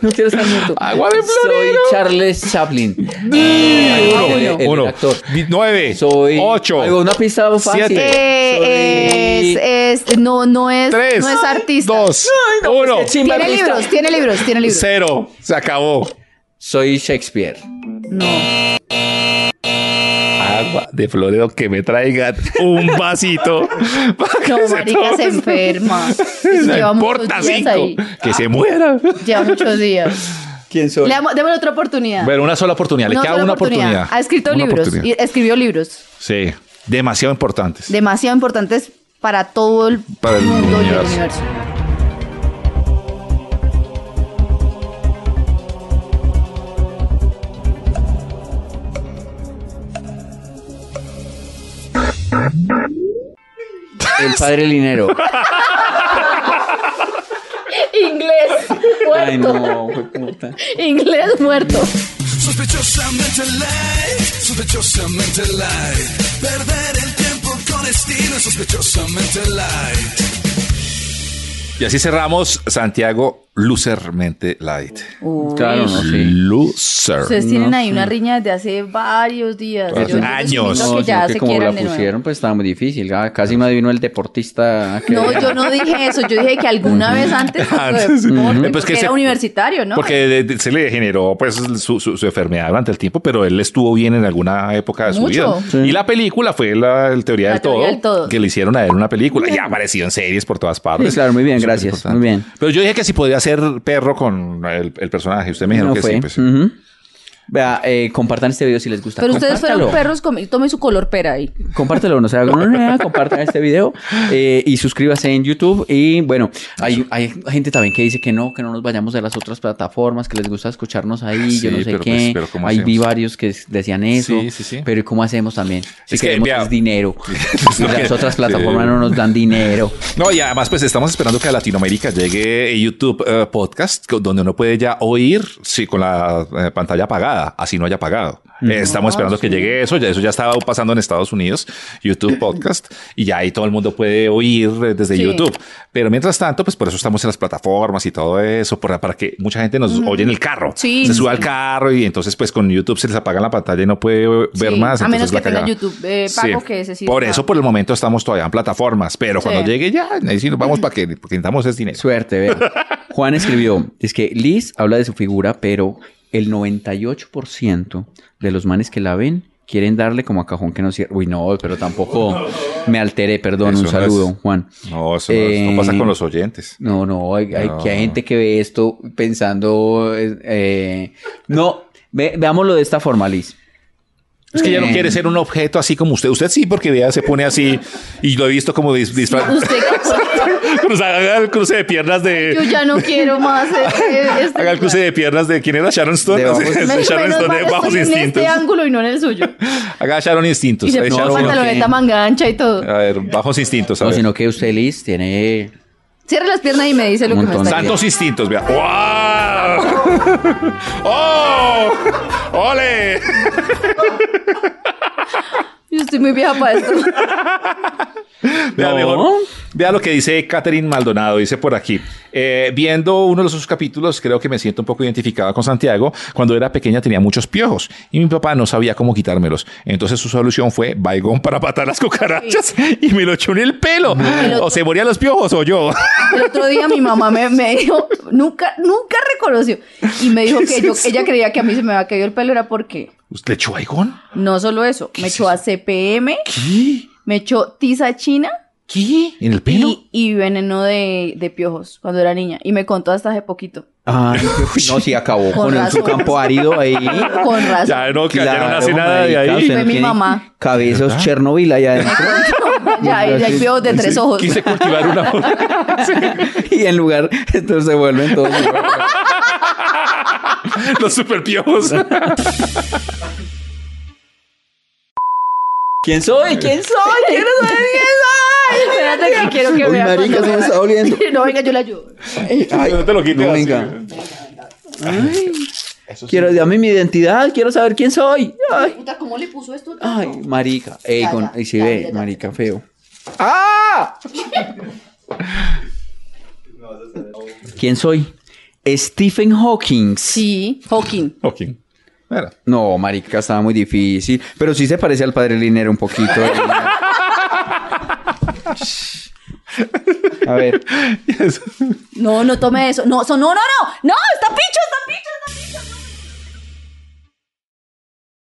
Speaker 1: no quiero estar muerto.
Speaker 2: Agua de
Speaker 1: Soy Charles Chaplin. Eh,
Speaker 2: Uno,
Speaker 1: El- el
Speaker 2: uno,
Speaker 1: actor.
Speaker 2: di- nueve,
Speaker 1: Soy.
Speaker 2: ocho,
Speaker 1: Algo, una pista fácil.
Speaker 2: siete,
Speaker 1: Soy-
Speaker 3: Eh, es, es, no, no es,
Speaker 2: tres,
Speaker 3: no es artista.
Speaker 2: dos, uno,
Speaker 1: Qué pues chimba
Speaker 3: Tiene
Speaker 1: pista.
Speaker 3: libros, tiene libros, tiene libros.
Speaker 2: cero. Se acabó.
Speaker 1: Soy Shakespeare.
Speaker 2: *laughs*
Speaker 3: No.
Speaker 2: Agua de florero que me traigan
Speaker 3: *laughs*
Speaker 2: un vasito. para que
Speaker 3: No,
Speaker 2: se
Speaker 3: marica, se
Speaker 2: tome.
Speaker 3: enferma.
Speaker 2: *laughs* No
Speaker 3: Lleva muchos
Speaker 2: importa,
Speaker 3: días
Speaker 2: cinco.
Speaker 3: ahí.
Speaker 2: Que se muera.
Speaker 3: Lleva muchos días.
Speaker 1: ¿Quién soy?
Speaker 3: Le damos, démosle otra oportunidad.
Speaker 2: Pero una sola oportunidad. Le
Speaker 3: No,
Speaker 2: queda
Speaker 3: solo
Speaker 2: una oportunidad.
Speaker 3: Ha escrito
Speaker 2: Una
Speaker 3: libros.
Speaker 2: oportunidad.
Speaker 3: y Escribió libros
Speaker 2: Sí, demasiado importantes.
Speaker 3: demasiado importantes para todo el,
Speaker 2: Para el
Speaker 3: mundo y el
Speaker 2: universo.
Speaker 3: universo.
Speaker 1: El padre Linero.
Speaker 3: Inglés
Speaker 1: Ay,
Speaker 2: *laughs*
Speaker 3: muerto.
Speaker 1: no, fue puta.
Speaker 3: Inglés muerto.
Speaker 5: Sospechosamente light, sospechosamente light. Perder el tiempo con estilo, es sospechosamente light.
Speaker 2: Y así cerramos Santiago Lucermente Light.
Speaker 1: Claro, no, sí.
Speaker 2: Lucer.
Speaker 3: Ustedes tienen ahí una riña desde hace varios días.
Speaker 2: Hace
Speaker 3: Yo los
Speaker 2: años.
Speaker 3: invito a
Speaker 1: No,
Speaker 3: que
Speaker 1: sino
Speaker 3: ya
Speaker 1: que
Speaker 3: se
Speaker 1: como la
Speaker 3: quieran de nuevo.
Speaker 1: pusieron, pues estaba muy difícil. Ah, Casi me adivinó el deportista. que-
Speaker 3: No, yo no dije eso. Yo dije que alguna vez antes tocó
Speaker 2: *laughs* Antes, sí.
Speaker 3: deporte,
Speaker 2: Ujú. Pues
Speaker 3: porque
Speaker 2: que
Speaker 3: era
Speaker 2: se-
Speaker 3: universitario, ¿no?
Speaker 2: Porque de- de- se le degeneró pues, su, su- su enfermedad durante el tiempo, pero él estuvo bien en alguna época de su
Speaker 3: Mucho.
Speaker 2: vida. Y la película fue la, el teoría,
Speaker 3: La
Speaker 2: del,
Speaker 3: teoría
Speaker 2: todo,
Speaker 3: del todo.
Speaker 2: que le hicieron a él una película y ha aparecido en series por todas partes.
Speaker 1: Sí, claro, muy bien,
Speaker 2: Súper
Speaker 1: gracias,
Speaker 2: importante.
Speaker 1: muy bien.
Speaker 2: Pero yo dije que si podía ser perro con el, el personaje. Usted me dijeron
Speaker 1: No
Speaker 2: que
Speaker 1: fue.
Speaker 2: sí. pues, sí.
Speaker 1: Ujú. Vea, eh, compartan este video si les gusta.
Speaker 3: Pero ustedes fueron
Speaker 1: Compártalo.
Speaker 3: perros, comi- tome su color pera ahí.
Speaker 1: Compártelo, no sea *laughs* gonorrea, compartan este video eh, y suscríbase en YouTube. Y bueno, hay, hay gente también que dice que no, que no nos vayamos de las otras plataformas, que les gusta escucharnos ahí, yo
Speaker 2: Sí,
Speaker 1: no sé
Speaker 2: pero
Speaker 1: qué.
Speaker 2: pues, pero ¿cómo
Speaker 1: ahí vi
Speaker 2: hacemos?
Speaker 1: varios que s- decían eso.
Speaker 2: Sí, sí, sí.
Speaker 1: Pero ¿y cómo hacemos también? Si
Speaker 2: Es que,
Speaker 1: queremos
Speaker 2: vea-
Speaker 1: es dinero.
Speaker 2: *laughs* Es
Speaker 1: Y
Speaker 2: lo que-
Speaker 1: las
Speaker 2: *laughs*
Speaker 1: otras plataformas
Speaker 2: sí.
Speaker 1: no nos dan dinero.
Speaker 2: No, y además, pues estamos esperando que a Latinoamérica llegue YouTube eh, Podcast, co- donde uno puede ya oír sí, con la eh, pantalla apagada, así no haya apagado.
Speaker 3: Mm.
Speaker 2: Eh, estamos esperando
Speaker 3: Ah,
Speaker 2: que llegue eso, ya eso ya estaba pasando en Estados Unidos,
Speaker 3: *laughs*
Speaker 2: YouTube Podcast, y ya ahí todo el mundo puede oír eh, desde
Speaker 3: Sí.
Speaker 2: YouTube. Pero mientras tanto, pues por eso estamos en las plataformas y todo eso, para, para que mucha gente nos oye en el carro.
Speaker 3: Sí,
Speaker 2: se
Speaker 3: sí.
Speaker 2: sube al carro y entonces, pues con YouTube se les apaga la pantalla y no puede ver
Speaker 3: Sí,
Speaker 2: más.
Speaker 3: a
Speaker 2: entonces
Speaker 3: menos
Speaker 2: la
Speaker 3: que tenga
Speaker 2: cagada.
Speaker 3: YouTube, eh, pago, que ese sí
Speaker 2: Por
Speaker 3: está.
Speaker 2: eso, por el momento estamos todavía en plataformas, pero
Speaker 3: Sí.
Speaker 2: cuando llegue ya, ahí sí nos vamos para que porque necesitamos es dinero.
Speaker 1: Suerte, vea. Juan escribió, es que Liz habla de su figura, pero el 98% de los manes que la ven quieren darle como a cajón que no cierra. Uy, no, pero tampoco me alteré, perdón,
Speaker 2: Eso
Speaker 1: un
Speaker 2: no
Speaker 1: saludo,
Speaker 2: es-
Speaker 1: Juan.
Speaker 2: No, eso no es- no,
Speaker 1: Eh,
Speaker 2: pasa con los oyentes.
Speaker 1: No, no, hay, hay-
Speaker 2: No.
Speaker 1: que hay gente que ve esto pensando... eh, eh, no, ve- veámoslo de esta forma, Liz.
Speaker 2: Es que ella no quiere ser un objeto así como usted. Usted sí, porque vea, se pone así y lo he visto como dis- disfra-
Speaker 3: Usted,
Speaker 2: *laughs* Cruza- haga el cruce de piernas de.
Speaker 3: yo ya no quiero más. Este, este
Speaker 2: Haga el cruce de piernas de quién era Sharon Stone.
Speaker 1: De bajos-
Speaker 2: De
Speaker 3: lugar. Menos
Speaker 2: Sharon
Speaker 3: mal
Speaker 2: Stone de
Speaker 3: estoy
Speaker 2: bajos
Speaker 3: en
Speaker 2: instintos.
Speaker 3: este ángulo y no en el suyo.
Speaker 2: Haga Sharon instintos.
Speaker 3: Y se
Speaker 2: Ahí
Speaker 3: puso
Speaker 2: Sharon-
Speaker 3: pantaloneta manga ancha y todo.
Speaker 2: A ver, bajos instintos. a
Speaker 1: No,
Speaker 2: ver.
Speaker 1: sino que usted, Liz, tiene.
Speaker 3: Cierra las piernas y me dice lo que me
Speaker 1: Montón
Speaker 3: está
Speaker 1: de-
Speaker 2: Santos instintos, vea. *laughs* ¡Wow! ¡Oh! ¡Ole!
Speaker 3: Yo estoy muy vieja para esto.
Speaker 2: Vea,
Speaker 1: No.
Speaker 2: mejor, vea lo que dice Catherine Maldonado, dice por aquí. Eh, viendo uno de sus capítulos, creo que me siento un poco identificada con Santiago. Cuando era pequeña tenía muchos piojos y mi papá no sabía cómo quitármelos. Entonces su solución fue baigón para matar las cucarachas y me lo echó en el pelo. O se morían los piojos o yo.
Speaker 3: El otro día mi mamá me, me dijo, nunca, nunca reconoció. Y me dijo que yo, ella creía que a mí se me había caído el pelo, era porque
Speaker 2: ¿Usted le echó baigón?
Speaker 3: no solo eso, me echó a CPM, me echó tiza china
Speaker 2: ¿Qué? ¿En el pelo?
Speaker 3: y, y veneno de, de piojos cuando era niña. Y me contó hasta hace poquito.
Speaker 2: Ah.
Speaker 1: Ay, *laughs* no, sí, acabó
Speaker 3: Con
Speaker 1: con, el- su
Speaker 3: razón.
Speaker 1: campo árido ahí.
Speaker 3: Con razón.
Speaker 2: Ya no, ya no
Speaker 1: Claro,
Speaker 2: nace nada de
Speaker 1: marica,
Speaker 2: ahí.
Speaker 1: usted
Speaker 3: Fue
Speaker 1: no
Speaker 3: mi
Speaker 1: tiene
Speaker 3: mamá.
Speaker 1: Cabezos Chernobyl
Speaker 2: *laughs*
Speaker 1: allá adentro.
Speaker 3: ya, y hay piojos de tres ojos.
Speaker 2: Quise cultivar una.
Speaker 1: y en lugar, entonces se vuelven todos.
Speaker 2: los superpiojos.
Speaker 1: ¿Quién soy? ¿Quién soy?
Speaker 3: *laughs*
Speaker 1: ¿Quién soy?
Speaker 3: Ay, espérate que quiero que
Speaker 1: Uy,
Speaker 3: vea
Speaker 1: marica,
Speaker 3: cuando
Speaker 1: se me
Speaker 3: vea.
Speaker 1: está
Speaker 2: *laughs*
Speaker 1: oliendo.
Speaker 3: *laughs* No, venga, yo le ayudo.
Speaker 1: Ay,
Speaker 2: *laughs* No te lo quites
Speaker 1: no,
Speaker 2: así.
Speaker 1: venga. Ay, quiero darme mi identidad, quiero saber quién soy. Ay,
Speaker 3: Puta, ¿cómo le puso esto?
Speaker 1: ay, marica. Ey,
Speaker 3: Ya,
Speaker 1: con,
Speaker 3: ya,
Speaker 1: y si
Speaker 3: ya,
Speaker 1: ve,
Speaker 3: ya, ya.
Speaker 1: marica, feo. ¡Ah! ¿Quién soy? Stephen Hawking.
Speaker 3: Sí, Hawking.
Speaker 2: Ok. Bueno. *laughs*
Speaker 1: No, marica, estaba muy difícil. Pero sí se parece al padre Linero un poquito. A ver.
Speaker 3: No, no tome eso. No, eso- no, no, no. No,